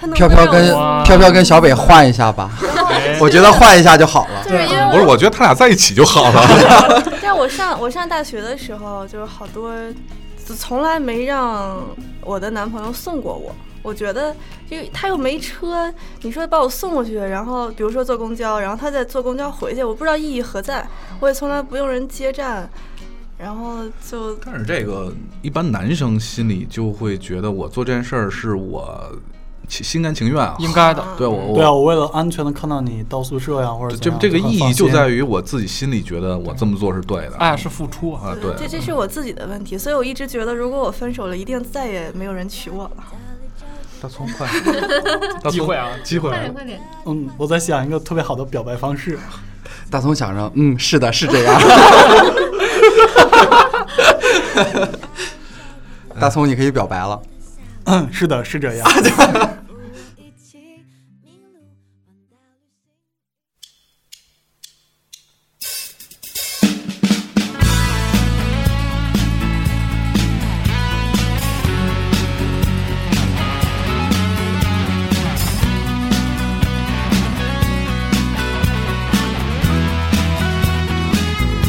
C: 他能不
G: 飘
C: 能让我
G: 飘跟
E: 哇
G: 飘飘跟小北换一下吧，
D: 哦
E: 哎
B: 哎
G: 我觉得换一下就好了。
C: 就是因为我
B: 不是，我觉得他俩在一起就好了。
C: 但我上我上大学的时候，就是好多，就从来没让我的男朋友送过我。我觉得，因为他又没车，你说把我送过去，然后比如说坐公交，然后他再坐公交回去，我不知道意义何在。我也从来不用人接站，然后就
B: 但是这个一般男生心里就会觉得，我做这件事儿是我心心甘情愿啊。
E: 应该的。
B: 对我我
F: 对啊，我为了安全的看到你到宿舍呀，或者
B: 这
F: 怎样
B: 这个
F: 很
B: 意义
F: 放
B: 就
F: 心
B: 在于我自己心里觉得我这么做是对的。
E: 爱是付出啊，
B: 啊，对，
C: 这这是我自己的问题，所以我一直觉得，如果我分手了，一定再也没有人娶我了。
B: 大葱快，大葱
E: 机会啊
B: 机会
D: 快
B: 啊
D: 点！快点，
F: 嗯，我在想一个特别好的表白方式，
G: 大葱想着，嗯，是的，是这样。 大葱，你可以表白了。
F: 嗯，是的，是这样。
H: 「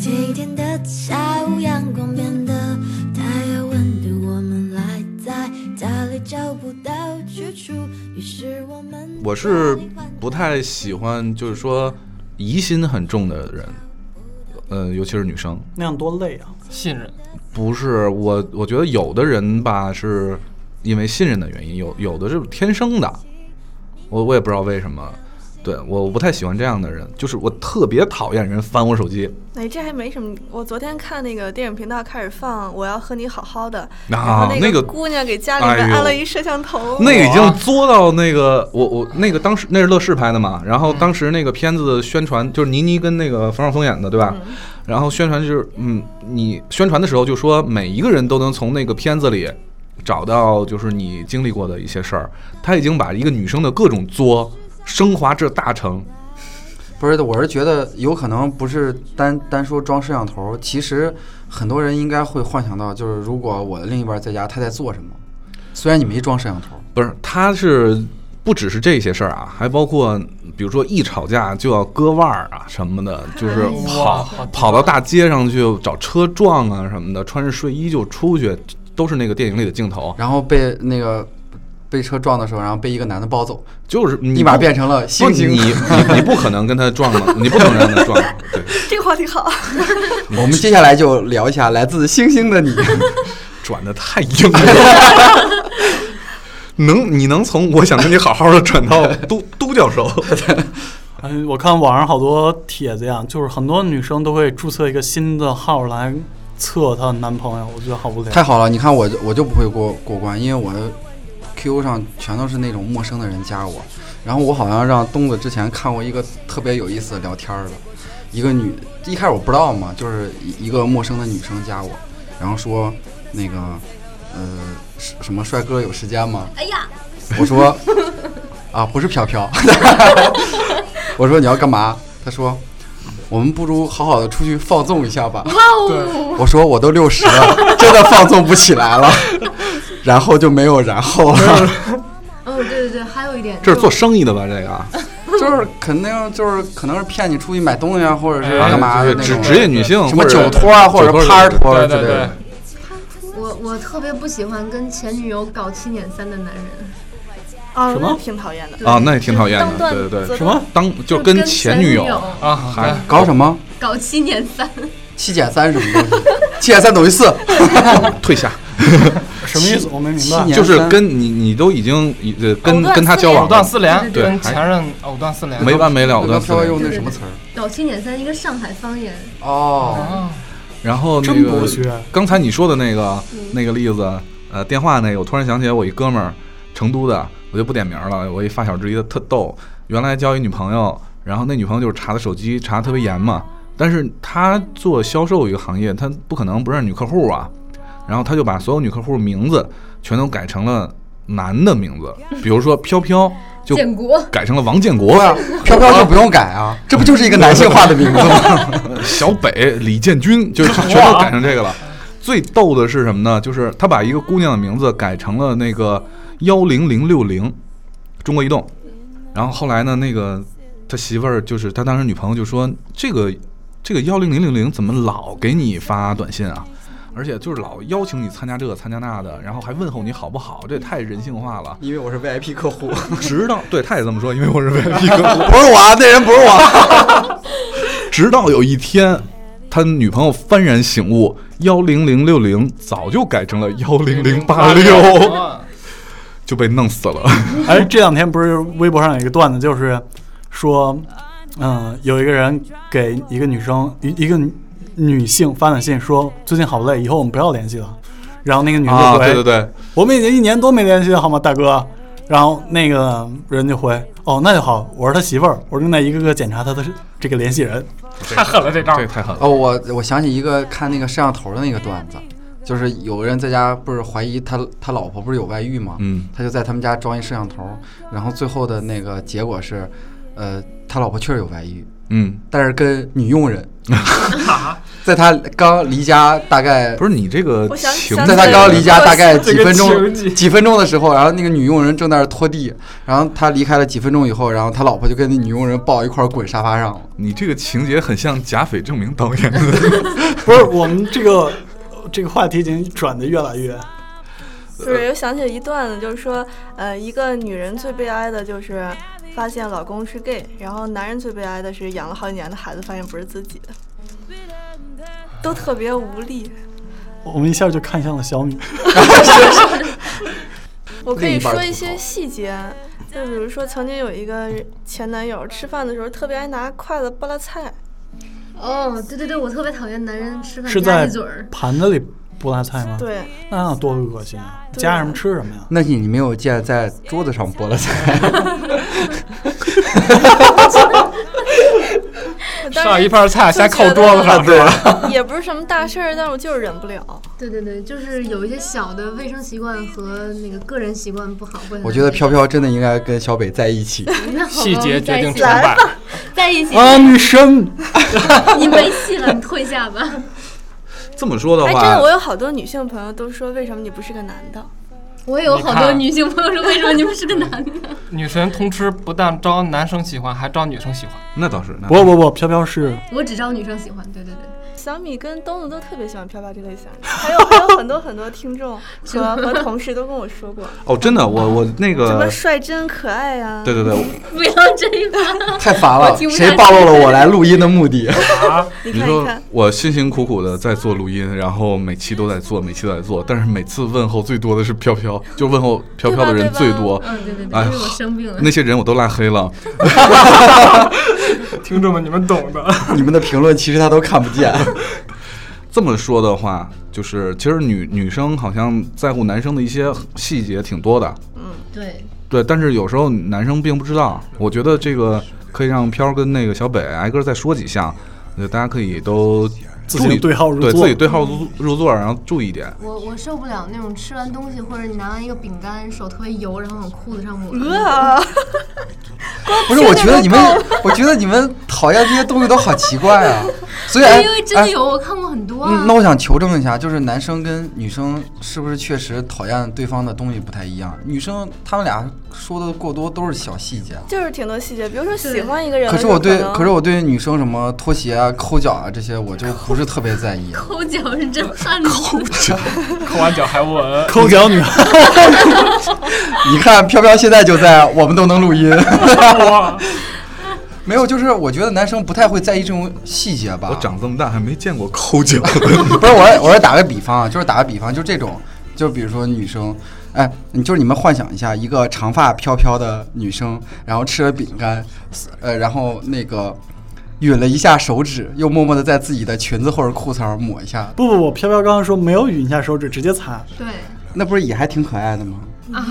H: 这一天的下午，阳光变得太有温度，我们赖在家里找不到去处，于是我们
B: 我是不太喜欢，就是说疑心很重的人，呃，尤其是女生。
F: 那样多累啊！
E: 信任，
B: 不是我，我觉得有的人吧，是因为信任的原因，有有的是天生的，我我也不知道为什么。对，我我不太喜欢这样的人，就是我特别讨厌人翻我手机。
C: 哎，这还没什么。我昨天看那个电影频道开始放《我要和你好好的》，然
B: 啊
C: 后
B: 那个
C: 个姑娘给家里面
B: 哎呦
C: 安了一摄像头，
B: 那已经作到那个我我那个当时那是乐视拍的嘛，然后当时那个片子的宣传就是倪妮跟那个冯绍峰演的，对吧？然后宣传就是嗯，你宣传的时候就说每一个人都能从那个片子里找到就是你经历过的一些事儿，他已经把一个女生的各种作升华至大成。
G: 不是的，我是觉得有可能不是单单说装摄像头，其实很多人应该会幻想到，就是如果我的另一半在家，他在做什么。虽然你没装摄像头，
B: 不是，他是不只是这些事儿啊，还包括比如说一吵架就要割腕儿啊什么的，
G: 哎
B: 就是跑
E: 哇
B: 跑到大街上去找车撞啊什么的，穿着睡衣就出去，都是那个电影里的镜头，
G: 然后被那个被车撞的时候，然后被一个男的抱走，
B: 就是你
G: 立马
B: 不
G: 变成了
B: 不
G: 猩
B: 你
G: 猩。
B: 你你不可能跟他撞 了，你不可能让他撞了，对。
C: 这个话题好。
G: 我们接下来就聊一下来自星星的你。
B: 转的太硬了。 能，你能从我想跟你好好的转到都都教授，
F: 嗯，我看网上好多帖子呀，就是很多女生都会注册一个新的号来测她的男朋友，我觉得好无聊。
G: 太好了，你看我就我就不会过过关，因为我的 QQ 上全都是那种陌生的人加我。然后我好像让东子之前看过一个特别有意思的聊天儿的，一个女，一开始我不知道嘛，就是一一个陌生的女生加我，然后说那个呃什什么帅哥有时间吗？
D: 哎呀，
G: 我说啊，不是飘飘。我说你要干嘛？他说我们不如好好的出去放纵一下吧。我说我都六十 了，真的放纵不起来了。 然后就没有然后了，
D: 哦，对对对，还有一点，
B: 这是做生意的吧？这个啊
G: 就是肯定就是可能是骗你出去买东西啊，或者是
E: 哎
G: 干嘛的那
B: 职
G: 种
B: 职业女性
G: 什么
B: 或者
G: 酒托啊，或者
B: 酒托
G: 是趴托
E: 对对
G: 儿之类
E: 对对
G: 的。，
D: 我我特别不喜欢跟前女友搞七撵三的男人，
C: 啊，
F: 什么
C: 那挺讨厌的。
B: 啊，那也挺讨厌
C: 当
B: 的，
C: 断
B: 对对对，
C: 则
F: 什么？
B: 当就是跟前女
D: 女
B: 友
E: 啊，还
B: 还
G: 搞什么
D: 搞七撵三，
G: 七减三什么东西？七减三等于四，
B: 退下，
F: 什么意思？我没明
G: 七
F: 白。
G: 年
B: 就是
G: 三
B: 跟你你都已经呃跟
C: 藕断
B: 跟他
C: 丝连
B: 交
E: 藕
B: 往
E: 断
B: 了，
E: 丝连，
B: 对
E: 跟
B: 还
E: 前任藕断丝连，
B: 没完没了，
G: 我
B: 藕
G: 刚
B: 断丝
G: 飘用
B: 连。
G: 那什么词儿？
D: 搞七撵三，一个上海方言，
G: 哦，
E: 啊，
B: 然后那
F: 真不
B: 个
F: 学
B: 刚才你说的那个
D: 嗯
B: 那个例子，呃，电话那个，我突然想起来，我一哥们儿，成都的，我就不点名了，我一发小之一的特逗，原来交一女朋友，然后那女朋友就是查他手机查得特别严嘛，但是他做销售一个行业，他不可能不认识女客户啊，然后他就把所有女客户名字全都改成了男的名字，比如说飘飘就
D: 建国，
B: 改成了王建国
G: 不呀，飘飘就不用改啊，这不就是一个男性化的名字吗？
B: 小北、李建军，就是全都改成这个了。最逗的是什么呢？就是他把一个姑娘的名字改成了那个幺零零六零，中国移动。然后后来呢，那个他媳妇儿就是他当时女朋友就说：“这个这个幺零零零零怎么老给你发短信啊？而且就是老邀请你参加这个参加那的，然后还问候你好不好，这也太人性化了。
G: 因为我是 VIP 客户，”
B: 直到对他也这么说，因为我是 VIP 客户。
G: 不是我，啊，那人不是我啊。
B: 直到有一天，他女朋友幡然醒悟，幺零零六零早就改成了幺零零八六，
E: 啊
B: 就被弄死了。
F: 哎，这两天不是微博上有一个段子，就是说，嗯、有一个人给一个女生一一个女女性发短信说，最近好累，以后我们不要联系了。然后那个女生就
B: 啊，
F: 回，
B: 对对对，
F: 我们已经一年多没联系了，好吗，大哥？然后那个人就回，哦，那就好，我是他媳妇儿，我正在一个个检查他的这个联系 人。
E: 太狠了这招
B: 这，太狠了。
G: 哦，我我想起一个看那个摄像头的那个段子，就是有人在家不是怀疑他他老婆不是有外遇吗？
B: 嗯，
G: 他就在他们家装一摄像头，然后最后的那个结果是，呃，他老婆确实有外遇，
B: 嗯，
G: 但是跟女 佣人，在他刚离家大概
B: 不是你这个
C: 我想
B: 情
C: 想
B: 节，
C: 起
G: 在
C: 来
G: 他刚离家大 概
E: 这
G: 几
E: 个
G: 分
E: 情
G: 钟，
E: 景
G: 几分钟的时候，然后那个女佣人正在那儿拖地，然后他离开了几分钟以后，然后他老婆就跟那女佣人抱一块儿滚沙发上了。
B: 你这个情节很像贾斐正明导演的
F: 不是我们这个这个话题已经转的越来越
C: 就是又想起了一段子，就是说，呃，一个女人最悲哀的就是发现老公是 gay，然后男人最悲哀的是养了好几年的孩子发现不是自己的，都特别无力。
F: 我们一下就看向了小米。
C: 我可以
G: 另一半
C: 说
G: 吐
C: 一些
G: 槽
C: 细节，就比如说曾经有一个前男友吃饭的时候特别爱拿筷子扒拉菜，
D: 哦，对对对，我特别讨厌男人吃饭
F: 是
D: 吧
F: 在
D: 唧嘴儿。
F: 盘子里不拉菜吗？，
C: 对，
F: 那多恶心啊！
C: 对
F: 加什么吃什么呀？
G: 那你没有见在桌子上剥了 菜，
C: 我当
E: 上
C: 时
E: 一盘菜
C: 就
E: 先
C: 觉
E: 扣
C: 得
E: 桌子 上，对，
C: 也不是什么大事儿，但是我就是忍不了。
D: 对对对，就是有一些小的卫生习惯和那个个人习惯不好。不
G: 我觉得飘飘真的应该跟小北在一起。
E: 细节决定
D: 嗯
E: 成
D: 来
E: 败
D: 吧，。在一起，
F: 啊，女神，
D: 你没戏了，你退下吧。
B: 这么说的
C: 哎，真的，我
B: 话，
C: 有好多女性朋友都说，为什么你不是个男的？
D: 我也有好
E: 你
D: 多
E: 看
D: 女性朋友说，为什么你们是个男的？
E: 女神通吃不但招男生喜欢，还招女生喜欢。
B: 那倒是，那
F: 不不不，飘飘是
D: 我只招女生喜欢，对对 对，
C: 小米跟东子都特别喜欢飘飘这类型儿，还有还有很多很多听众和和同事都跟我说过，
B: 哦，真的，我我那
C: 什么
B: 个，
C: 率真可爱呀、
B: 呃对对对，
D: 不要这一趴。
G: 太烦了
D: 我听，不下去
G: 谁暴露了我来录音的目的？
C: 你
B: 你
C: 看
B: 说
C: 一看，
B: 我辛辛苦苦的在做录音，然后每期都在做，每期都在做，但是每次问候最多的是飘飘，就问候飘飘的人最多，
D: 嗯，对对对，
B: 哎
D: 因为我生病 了
B: 那。些人我都拉黑了。
E: 听众们，你们懂的。
G: 你们的评论其实他都看不 见。
B: 这么说的话，就是其实女女生好像在乎男生的一些细节挺多的，
D: 对，
B: 对，但是有时候男生并不知道。我觉得这个可以让飘儿跟那个小北挨个儿再说几项，呃，大家可以都注
F: 自行
B: 意
F: 对号入
B: 对
F: 座
B: 自己对号入入座，然后注意一点。
D: 我我受不了那种吃完东西或者你拿完一个饼干，手特别油，然后往裤子上抹。嗯
C: 呃，
G: 不是，我觉得你们，我觉得你们讨厌这些东西都好奇怪啊。 所以，哎
D: 因为真的
G: 哎
D: 有，我看过很多啊
G: 嗯，。那我想求证一下，就是男生跟女生是不是确实讨厌对方的东西不太一样？女生他们俩说的过多都是小细 节，啊
C: 就是挺多细节，比如说喜欢一个人，
G: 可是我对，可是
C: 我
G: 我对女生什么拖鞋啊、抠脚啊这些，我就不是特别在意。啊
D: 抠脚是 真汉子，
E: 抠完脚还 闻，
F: 抠脚女孩。
G: 你看飘飘现在就在，我们都能录音。
E: 哇，
G: 没有，就是我觉得男生不太会在意这种细节吧。
B: 我长这么大还没见过抠 脚，
G: 不是我，我是打个比方啊，就是打个比方，就这种，就比如说女生，哎，你就是你们幻想一下，一个长发飘飘的女生，然后吃了饼干，呃，然后那个吮了一下手指，又默默的在自己的裙子或者裤子上抹一下，
F: 不不不，飘飘刚刚说没有吮一下手指，直接擦。
D: 对，
G: 那不是也还挺可爱的吗？啊，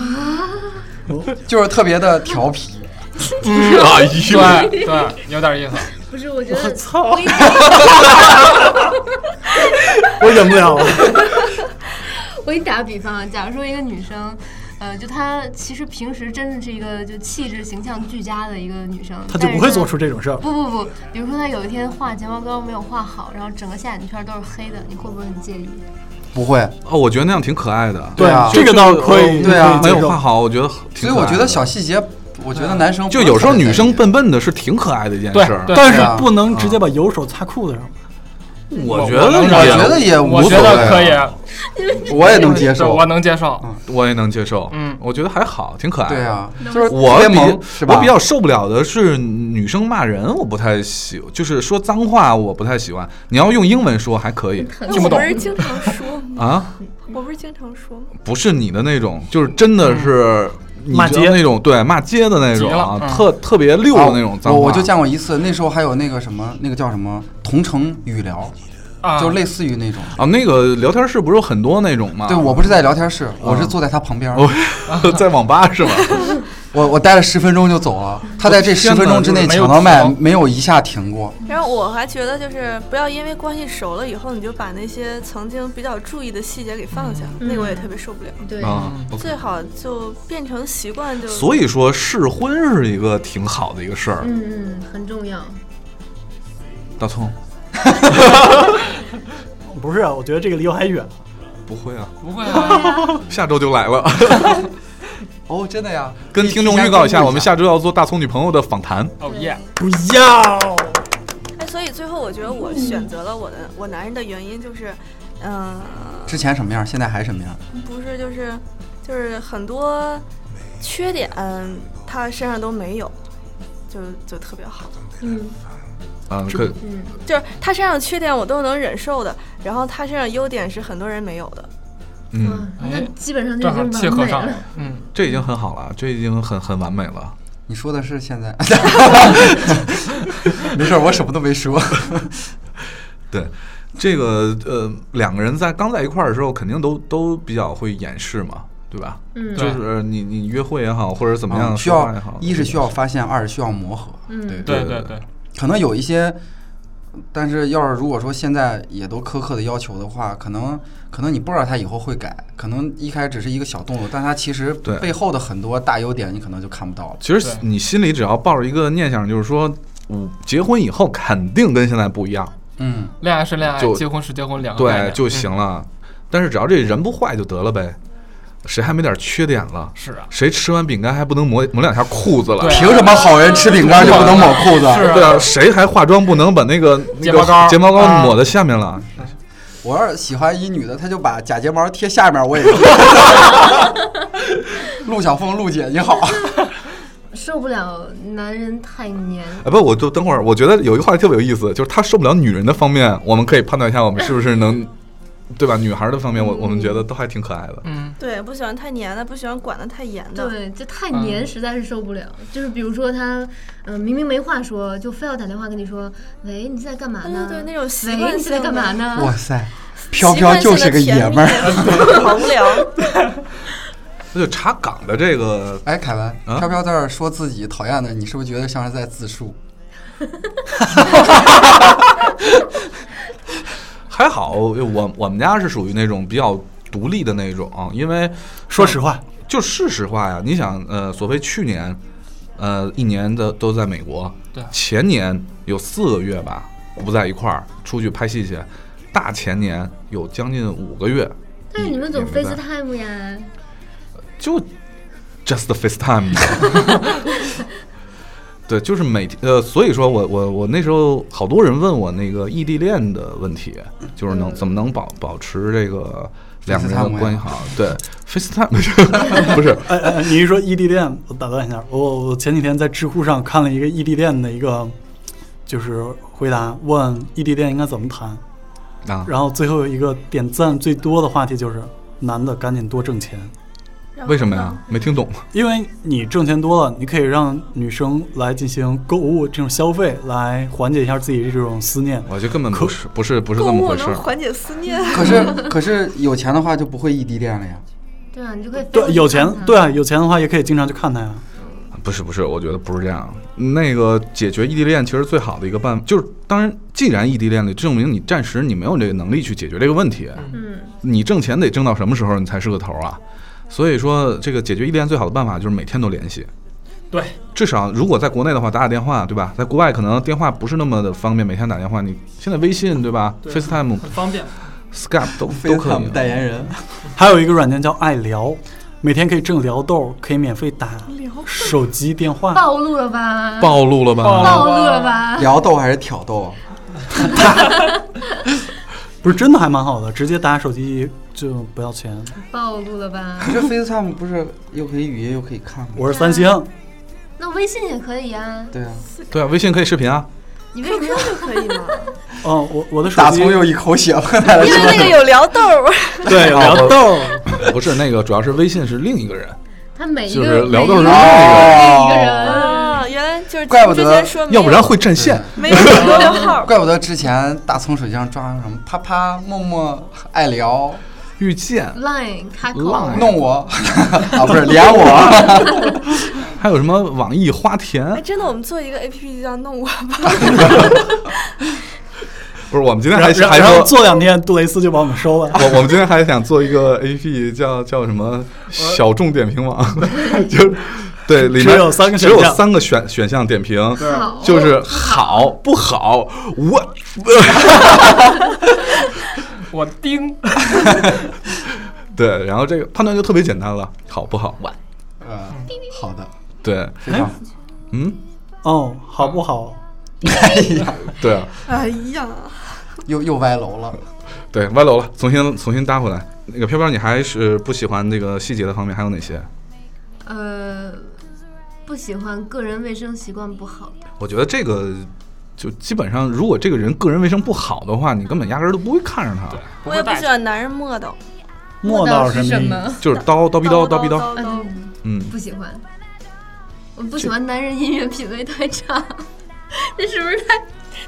G: 就是特别的调皮。
B: 哎呦，
E: 嗯对对，有点意思。
D: 不是，我觉得
F: 操！我忍不了了。
D: 我给你打个比方啊，假如说一个女生，呃，就她其实平时真的是一个就气质形象俱佳的一个女生，
F: 他就
D: 但是
F: 不会做出这种
C: 啊
F: 事儿。
D: 不不不，比如说她有一天画睫毛膏没有画好，然后整个下眼圈都是黑的，你会不会很介意？
G: 不会，
B: 哦，我觉得那样挺可爱的。呃
G: 对啊
F: 这个倒可以，
G: 对啊
B: 没
F: 可以接
B: 有
F: 受
B: 画。好，我觉得
G: 所
B: 挺可爱的。
G: 以我觉得小细节，我觉得男生
B: 就有时候女生
G: 笨。
B: 笨笨的是挺可爱的一件
E: 对
B: 事儿，
E: 对
F: 但
G: 对
F: 是
G: 啊
F: 不能直接把油手擦裤子上。
B: 我觉
E: 我
B: 得
E: 能
B: 也
G: 我觉得也无
E: 我
G: 所
E: 觉
G: 谓、啊，
E: 得可以，
G: 我也能接
E: 是
G: 受。
E: 我能接受。
B: 我也能接受，
E: 嗯
B: 我觉得还好，挺可爱的。
G: 对啊，就是
B: 我
G: 特别
B: 比
G: 萌是吧？
B: 我比较受不了的是女生骂人，我不太喜，就是说脏话我不太喜欢。你要用英文说还可以
C: 那哎我不是经常说吗？
B: 啊，
C: 我不是经常说吗？
B: 不是你的那种，就是真的是你
F: 骂
B: 知道
F: 街
B: 那种，对骂街的那种啊
E: 嗯急，了嗯
B: 特特别溜的那种脏话。
G: 我我就见过一次，那时候还有那个什么，那个叫什么同城语聊，
E: 啊，
G: 就类似于那种。
B: 啊，那个聊天室不是有很多那种吗？
G: 对，我不是在聊天
B: 啊
G: 室，我是坐在他旁边。
B: 哦我 在网吧 是吧？
G: 我我待了十分钟就 走了，他在这十分钟之内抢到麦，没有一下停过。
C: 然后我还觉得，就是不要因为关系熟了以后，你就把那些曾经比较注意的细节给放下，那个我也特别受不了。
D: 对，
B: 啊，
C: 最好就变成习惯就，
B: 所以说试婚是一个挺好的一个事儿。
D: 嗯嗯，很重要。
B: 大葱，
F: 不是，啊我觉得这个离我还远。
B: 不会啊，
E: 不会啊，
B: 下周就来了。
G: 哦，真的呀，
B: 跟听众预告一下，我们下周要做大葱女朋友的访谈。
E: 哦耶，
F: 不要，
C: 哎，所以最后我觉得我选择了我的我男人的原因就是，嗯、
G: 之前什么样，现在还什么样？
C: 不是就是就是很多缺点他身上都没有，就就特别好，
D: 嗯
B: 嗯，可
D: 嗯，
C: 就是他身上的缺点我都能忍受的，然后他身上的优点是很多人没有的。
B: 嗯，
D: 哇，那基本上就
E: 哎正
D: 已
E: 好
D: 经
E: 切
D: 完
E: 合
D: 美
E: 上
D: 了
E: 了。，嗯，
B: 这已经很好了，这已经很很完美了。
G: 你说的 是现在？ 没事儿，我什么都没说。
B: 对，这个呃，两个人在刚在一块儿的时候，肯定都都比较会掩饰嘛，对吧？
D: 嗯
B: 就是你你约会也好，或者怎么样，
G: 嗯需
B: 说话也
G: 要
B: 好，
G: 一是需要发现，二是需要磨合。
D: 嗯
G: 对
E: 对
B: 对
E: 对
B: 对
E: 对，
G: 可能有一些，但是要是如果说现在也都苛刻的要求的话，可能可能你不知道他以后会改，可能一开始只是一个小动作，但他其实
B: 对
G: 背后的很多大优点你可能就看不到了。
B: 其实
E: 对
B: 你心里只要抱着一个念想，就是说，我结婚以后肯定跟现在不一样，
G: 嗯，
E: 恋爱是恋爱
B: 就，
E: 结婚是结婚，两个概
B: 对
E: 念
B: 就行了。但是只要这人不坏就得了呗，谁还没点缺点了？
E: 是啊，
B: 谁吃完饼干还不能抹抹两下裤子了？
E: 对啊
G: 凭什么好人吃饼干就不能抹裤子？
E: 是
B: 对啊，谁还化妆不能把那个那
E: 睫
B: 个
E: 毛膏
B: 睫毛膏
E: 啊
B: 抹在下面了？
G: 我要是喜欢一女的，她就把假睫毛贴下面， 我也。陆小凤，陆姐你好，
D: 受不了男人太黏，
B: 哎，不，我就等会儿，我觉得有一个话题特别有意思，就是他受不了女人的方面，我们可以判断一下我们是不是 能，对吧？女孩儿的方面，我我们觉得都还挺可爱的。
E: 嗯，
C: 对，不喜欢太黏的，不喜欢管得太严的。
D: 对，就太黏实在是受不了。就是比如说他，嗯、明明没话说，就非要打电话跟你说，喂，你现在干嘛呢？
C: 对对对那种习惯
D: 喂，你现在
C: 性的
D: 干嘛呢？
G: 哇塞，飘飘就是个爷们 儿。
C: 儿，好无聊。
B: 那就查岗的这个，
G: 哎，凯文，
B: 啊
G: 飘飘在这儿说自己讨厌的，你是不是觉得像是在自述？
B: 还好，我我们家是属于那种比较独立的那种，因为
F: 说实话，
B: 就是实话呀。你想，呃，所谓去年，呃，一年的都在美国，
E: 对
B: 前年有四个月吧不在一块儿，出去拍戏去，大前年有将近五个月。
D: 但是你们总
B: 也没在
D: FaceTime 呀，
B: 就 just the FaceTime 。 对，就是每天呃，所以说我我我那时候好多人问我那个异地恋的问题，就是能、怎么能保保持这个两个人的
G: FaceTime
B: 关系好？对，FaceTime 不是
F: 哎哎，哎你一说异地恋，我打断一下，我我前几天在知乎上看了一个异地恋的一个，就是回答问异地恋应该怎么谈，
B: 啊，
F: 然后最后一个点赞最多的话题就是男的赶紧多挣钱，
B: 为什么呀？没听懂。
F: 因为你挣钱多了，你可以让女生来进行购物这种消费，来缓解一下自己这种思念。
B: 我就根本不是不是不是
C: 购
B: 这么
C: 物
B: 回事
C: 能
B: 儿。啊
C: 缓解思念，
G: 可是可是有钱的话就不会异地恋了呀。
D: 对啊，你就可以飞过
F: 对，
D: 去
F: 有钱
D: 看他，
F: 对啊，有钱的话也可以经常去看他呀。
B: 不是不是，我觉得不是这样。那个解决异地恋其实最好的一个办法，就是当然，既然异地恋了，证明你暂时你没有这个能力去解决这个问题。
D: 嗯，
B: 你挣钱得挣到什么时候你才是个头儿啊？所以说，这个解决异地恋最好的办法就是每天都联系。
E: 对，
B: 至少如果在国内的话，打打电话，对吧？在国外可能电话不是那么的方便，每天打电话。你现在微信对吧
E: 对
B: ？FaceTime、
E: 很方便，
B: Skype 都都可以。啊
G: 言人，
F: 还有一个软件叫爱聊，每天可以挣聊豆，可以免费打手机电话。
D: 暴露了吧？
B: 暴露了吧？
E: 暴
D: 暴露了吧？
G: 聊逗还是挑逗？啊
F: 不是真的还蛮好的，直接打手机就不要钱。
D: 暴露了吧？
G: 可是 FaceTime 不是又可以语音又可以看吗？
F: 我是三星，
D: 那微信也可以啊，
G: 对啊，
B: 对啊，微信可以视频啊。
D: 你为什么
C: ，QQ
D: 要？
C: 就可 以吗？
F: 哦，我我的手
G: 大
F: 机
G: 葱又一口血喷 来了
C: 因。为那个有聊豆儿，
F: 对
G: 哦
F: 聊豆，
B: 不是那个，主要是微信是另一个人，
D: 他每一
B: 就
D: 个
B: 是聊到
D: 每
B: 时
D: 一个
B: 候
D: 每一个人，
C: 啊，原来就是
G: 怪不
C: 之
G: 得
C: 前说没有
B: 要不然会占线。
C: 没有流量 号儿。
G: 怪不得之前大葱水箱抓什么啪啪、默默、爱聊、
B: 遇见
D: Line 开口，
B: Line
G: 弄我 啊，不是连我，
B: 还有什么网易花
C: 哎，
B: 田？
C: 真的，我们做一个 A P P 就叫弄我吧，
B: 不是，我们今天
F: 然
B: 还
F: 后
B: 还
F: 然后
B: 说
F: 做两天，杜蕾斯就把我们收了。
B: 我我们今天还想做一个 A P，叫叫什么小众点评网，就是对，里面
F: 只有三个选项
B: 只有三个选选项点评，
D: 好，
B: 就是好不好，我
E: 我盯，
B: 对，然后这个判断就特别简单了，好不好，我
G: 呃，好的，
B: 对，
G: 非常
B: 嗯，
F: 哦，好不好？
B: 对啊，
C: 哎呀，
G: 又又歪楼了。
B: 对，歪楼了，重新重新搭回来。那个飘飘，你还是不喜欢那个细节的方面还有哪些？
D: 呃，不喜欢个人卫生习惯不好的，
B: 我觉得这个就基本上，如果这个人个人卫生不好的话，你根本压根儿都不会看上他，
C: 我也不喜欢男人磨叨，
F: 磨
D: 道
F: 叨
D: 是
F: 什
D: 什
F: 么意
D: 么？
B: 就是叨叨逼叨叨逼叨，
C: 叨
D: 嗯，
B: 嗯，
D: 不喜欢，我不喜欢男人音乐品味太差， 这是不是太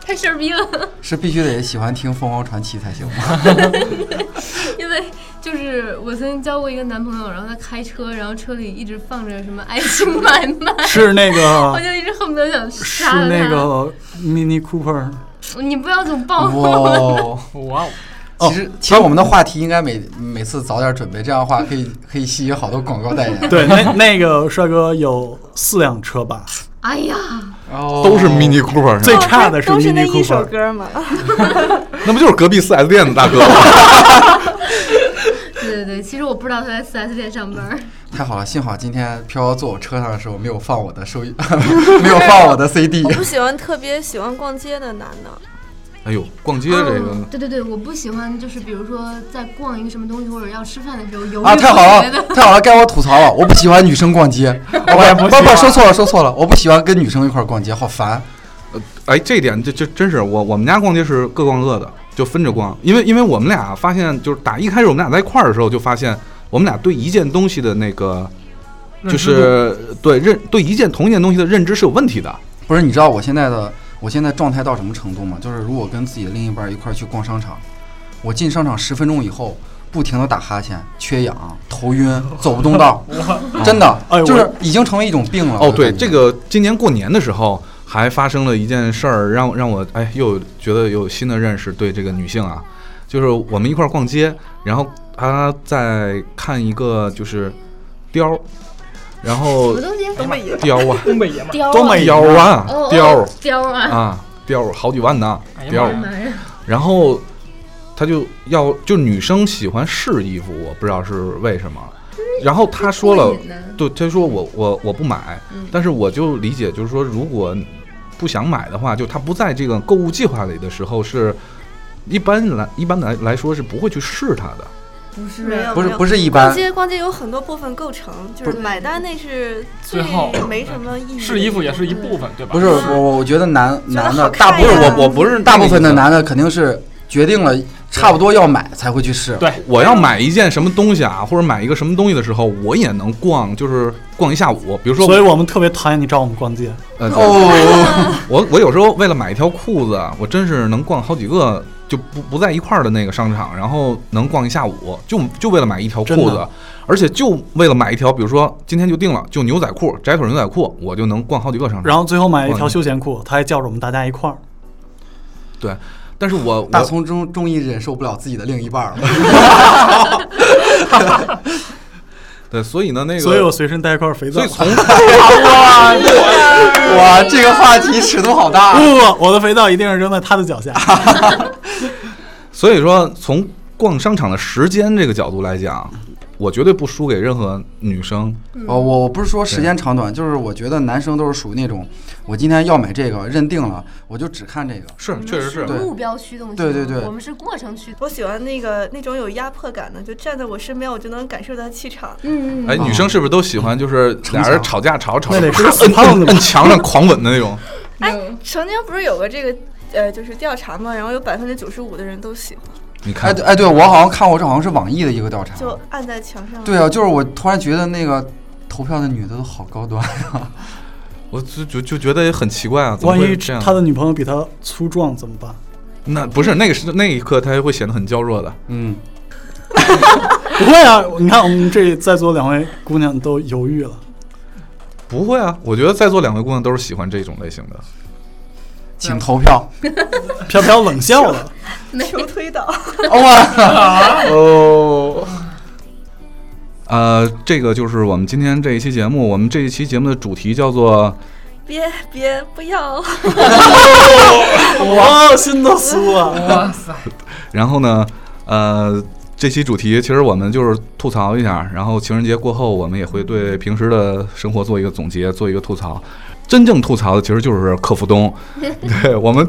D: 太事儿逼了？
G: 是必须得喜欢听凤凰传奇才行吗？
D: 因为就是我曾经交过一个男朋友，然后他开车，然后车里一直放着什么《爱情买卖》
F: 思？，是那
D: 我
F: 个，
D: 就一直恨不得想
F: 是
D: 杀了他。
F: 那个 Mini Cooper，
D: 你不要总暴露我。
G: 哇！
E: 哇哦，
G: 其实，其实我们的话题应该每每次早点准备，这样的话可以可以吸引好多广告代言。
F: 对，那那个帅哥有四辆车吧？
D: 哎呀，
G: 哦
B: 都是 Mini Cooper，是吧
F: 最
G: 哎
F: 差的是
C: 都是那
F: Mini
C: 一首
F: Cooper，
C: 歌 嘛，
B: 那不就是隔壁四 S 店的大哥吗？
D: 对对对，其实我不知道他在四 S 店上班。
G: 太好了，幸好今天飘飘坐我车上的时候没有放我的收音， 没有放我的啊 CD
C: 我。不喜欢特别喜欢逛街的男的，
B: 哎呦，逛街这个
D: 嗯，对对对，我不喜欢，就是比如说在逛一个什么东西或者要吃饭的时候犹豫
G: 啊，
D: 不
G: 太好
D: 决
G: 了
D: 的，，
G: 太好了，该我吐槽了。我不喜欢女生逛街，我
E: 也
G: 不
E: 不
G: 不
E: 喜
G: 不，
E: 欢
G: 说错了，说错了，我不喜欢跟女生一块儿逛街，好烦。
B: 哎，这一点就就真是我我们家逛街是各逛各的，就分着逛，因为因为我们俩发现就是打一开始我们俩在一块儿的时候就发现我们俩对一件东西的那个就
E: 认知
B: 是对认对一件同一件东西的认知是有问题的，
G: 不是，你知道我现在的我现在状态到什么程度吗？就是如果跟自己的另一半一块儿去逛商场，我进商场十分钟以后，不停的打哈欠、缺氧、头晕、走不动道，真的，
F: 哎我
G: 就是已经成为一种病了。
B: 哦，
G: 我
B: 对，
G: 感觉
B: 这个今年过年的时候还发生了一件事儿，让让我哎又觉得有新的认识对这个女性啊，就是我们一块儿逛街，然后她在看一个就是貂儿，然后
D: 什么东西？
E: 东北爷，
B: 貂啊
E: 东北爷们儿，
D: 雕
F: 东北
B: 貂啊
D: 哦
B: 貂儿
D: 哦雕啊！
B: 啊貂儿好几万呢
E: 哎呀
B: 貂
E: 妈
B: 儿，
E: 呀
D: 妈呀，
B: 然后她就要就女生喜欢试衣服，我不知道是为什么，然后她说了
D: 过。瘾呢
B: 对，他说我我我不买，
D: 嗯
B: 但是我就理解，就是说如果不想买的话，就他不在这个购物计划里的时候是。一般来一般来来说是不会去试它的，
D: 不是
C: 没有
G: 不是
C: 没有
G: 不是一
C: 逛
G: 般，
C: 街逛街有很多部分构成，就是买单那是最
E: 最后
C: 没什么意义。
E: 试衣服也是一部分，对吧？
G: 不是我我我觉得男
C: 觉得
G: 男
C: 好
G: 的
C: 看
G: 大部
C: 呀
G: 分
B: 我不是
G: 哎大部分的
B: 男。
G: 男的肯定是决定了差不多要买才会去试。
E: 对
B: 我要买一件什么东西啊，或者买一个什么东西的时候，我也能逛，就是逛一下午。比如说
F: 所以
B: 我，
F: 我们特别讨厌你找我们逛街。
B: 呃，
G: 哦，
B: 我我有时候为了买一条裤子，啊我真是能逛好几个就不不在一块儿的那个商场，然后能逛一下午，就就为了买一条
F: 真
B: 裤子
F: 的，
B: 而且就为了买一条，比如说今天就定了，就牛仔裤、窄腿牛仔裤，我就能逛好几个商场。
F: 然后最后买了一条
B: 逛
F: 休闲裤，他还叫着我们大家一块儿。
B: 对，但是我
G: 大
B: 我
G: 葱终终于忍受不了自己的另一 半了。
B: 对，所以呢，那个
F: 所以我随身带一块肥皂
B: 所以。 从
G: 哇，这个话题尺度好大啊
F: 不。不不，我的肥皂一定是扔在他的脚下。
B: 所以说从逛商场的时间这个角度来讲，我绝对不输给任何女生。
G: 哦，我我不是说时间长短，就是我觉得男生都是属于那种，我今天要买这个，认定了，我就只看这个。
B: 是，确实是
G: 对
D: 目标驱动型，
G: 对对对
D: 我们是过程驱动。
C: 我喜欢那个那种有压迫感的，就站在我身边，我就能感受到他气场。
D: 嗯，
B: 哎，女生是不是都喜欢就是俩人吵架吵着吵着，
F: 那得是
B: 啪
F: 死胖子
B: 摁摁摁墙上狂吻的那种？
C: 哎，曾经不是有个这个呃，就是调查嘛，然后有百分之九十五的人都喜欢，
B: 你看
G: 哎，对哎，对我好像看过，这好像是网易的一个调查。
C: 就按在墙上。
G: 对啊，就是我突然觉得那个投票的女的都好高端啊。
B: 我就就就觉得很奇怪啊，怎么
F: 万一
B: 会这样？
F: 他的女朋友比他粗壮怎么办？
B: 那不是那个是那一刻，他会显得很娇弱的。
G: 嗯，
F: 不会啊，你看我们这在座两位姑娘都犹豫了。
B: 不会啊，我觉得在座两位姑娘都是喜欢这种类型的。
G: 请投票。
F: 飘飘冷笑了，
C: 求推倒。
G: 哦哇，哦，
B: 呃，这个就是我们今天这一期节目。我们这一期节目的主题叫做
C: 别别不要，
F: 哇，心都酥了。
E: 哇塞，
B: 然后呢，呃，这期主题其实我们就是吐槽一下，然后情人节过后，我们也会对平时的生活做一个总结，做一个吐槽。真正吐槽的其实就是客服 东，对我们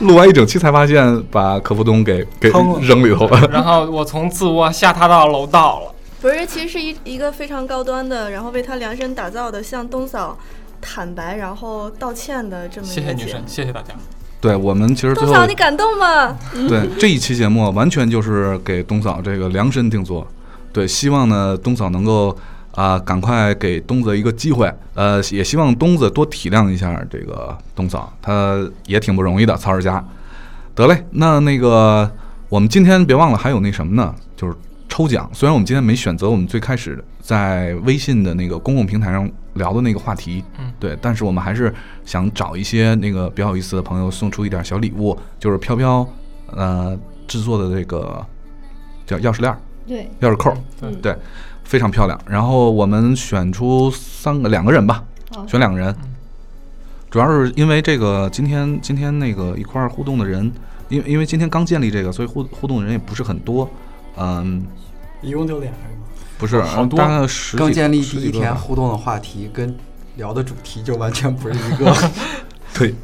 B: 录完一整期才发现把客服东给给
F: 坑了
B: 扔里头了。
E: 然后我从次卧下榻到楼道了。
C: 不是，其实是一一个非常高端的，然后为他量身打造的，向东嫂坦白然后道歉的这么一
E: 谢
C: 个
E: 谢女
C: 节目
E: 神，。谢谢大家。
B: 对我们其实最
C: 东
B: 后
C: 嫂，你感动吗？
B: 对这一期节目完全就是给东嫂这个量身定做，对，希望呢东嫂能够啊、赶快给东子一个机会，呃，也希望东子多体谅一下这个东嫂，她也挺不容易的，曹二家。得嘞，那那个我们今天别忘了还有那什么呢，就是抽奖。虽然我们今天没选择我们最开始在微信的那个公共平台上聊的那个话题，
E: 嗯
B: 对，但是我们还是想找一些那个比较有意思的朋友送出一点小礼物，就是飘飘呃制作的这个叫钥匙链儿、
D: 对，
B: 钥匙扣儿，
E: 对
D: 嗯
B: 对，非常漂亮。然后我们选出三个两个人吧，
D: 好，
B: 选两个人
E: 嗯，
B: 主要是因为这个今天今天那个一块儿互动的人，因为因为今天刚建立这个，所以互互动的人也不是很多，嗯，
F: 一共就俩人嘛，
B: 不是
E: 好多
B: 大概十几
G: 刚建立
B: 十
G: 第
B: 几
G: 一
B: 个
G: 天啊
B: 吧
G: 互动的话题跟聊的主题就完全不是一个。
B: 对，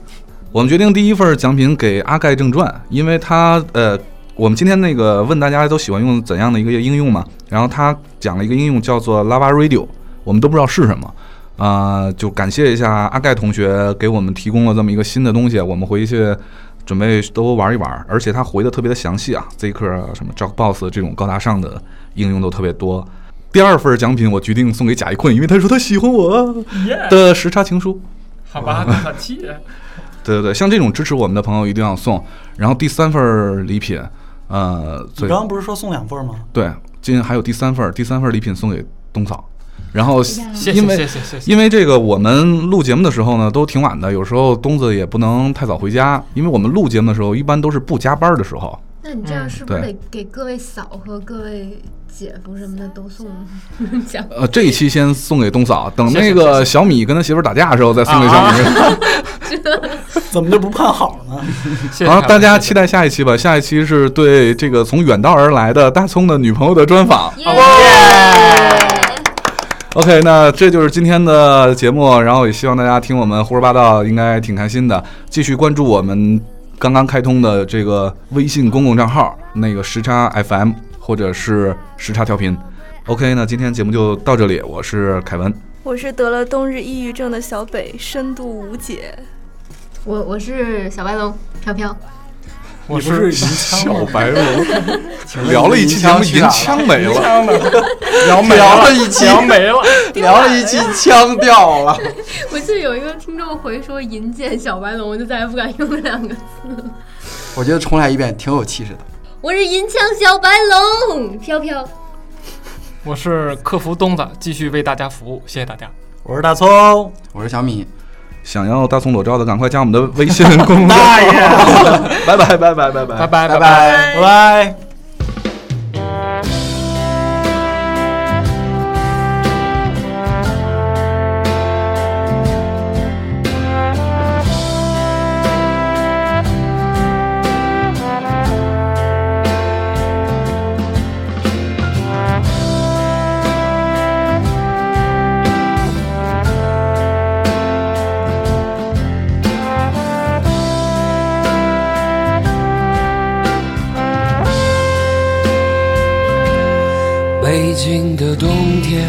B: 我们决定第一份奖品给《阿盖正传》，因为他呃，我们今天那个问大家都喜欢用怎样的一个应用嘛，然后他讲了一个应用叫做 Lava Radio，我们都不知道是什么。啊、就感谢一下阿盖同学给我们提供了这么一个新的东西，我们回去准备都玩一玩，而且他回的特别的详细啊，Zaker 啊什么 Dropbox 这种高大上的应用都特别多。第二份奖品我决定送给贾一坤，因为他说他喜欢我啊
E: 耶，
B: 的时差情书。
E: 好吧，可 气。
B: 对对对，像这种支持我们的朋友一定要送。然后第三份儿礼品，呃，
F: 你
B: 最
F: 刚刚不是说送两份吗？
B: 对，今天还有第三份儿，第三份儿礼品送给冬嫂。然后
D: 呀
E: 谢谢
B: 因为
E: 谢谢谢谢。
B: 因为这个，我们录节目的时候呢，都挺晚的，有时候东子也不能太早回家，因为我们录节目的时候一般都是不加班儿的时候。
D: 那你这样是不是
B: 对
D: 得给各位嫂和各位姐夫什么的都 送奖？
B: 呃，这一期先送给冬嫂，等
E: 谢谢
B: 那
E: 谢啊
B: 个
E: 谢
B: 小米跟他媳妇儿打架的时候再送给小米。
F: 怎么就不盼好呢？
E: 谢谢
B: 然后大家
E: 谢
B: 期待下一期吧，下一期是对这个从远道而来的大葱的女朋友的专访。OK，那这就是今天的节目，然后也希望大家听我们胡说八道，应该挺开心的。继续关注我们刚刚开通的这个微信公共账号，那个时差 FM 或者是时差调频。OK，那今天节目就到这里，我是凯文，
C: 我是得了冬日抑郁症的小北，深度无解。
D: 我我是小白龙飘飘，
E: 谢我
F: 你不是
E: 是
F: 银枪吗？
B: 白龙，
G: 请问
B: 聊了一期节目，
G: 银
B: 银
G: 枪
B: 枪没了。
E: 聊没
G: 聊
E: 了
G: 了一期，
E: 聊没了。
G: 聊了一期腔调了。
D: 我记得有一个听众回说“银剑小白龙”，我就再也不敢用这两个字。
G: 我觉得重来一遍挺有气势的。
D: 我是银枪小白龙，飘飘。
E: 我是客服东子，继续为大家服务，谢谢大家。
F: 我是大葱，
G: 我是小米，
B: 想要大葱裸照的，赶快加我们的微信公众号。 拜拜拜拜哎拜拜
E: 拜拜拜。
G: 拜拜。
F: 拜拜。
I: 北京的冬天，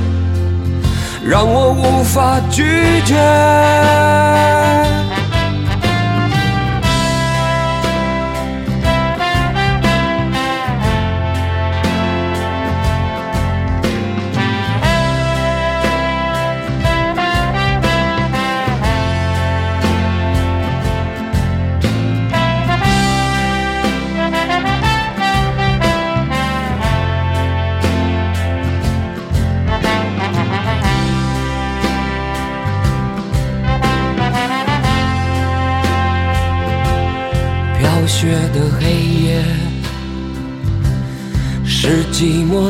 I: 让我无法拒绝。飘雪的黑夜，是寂寞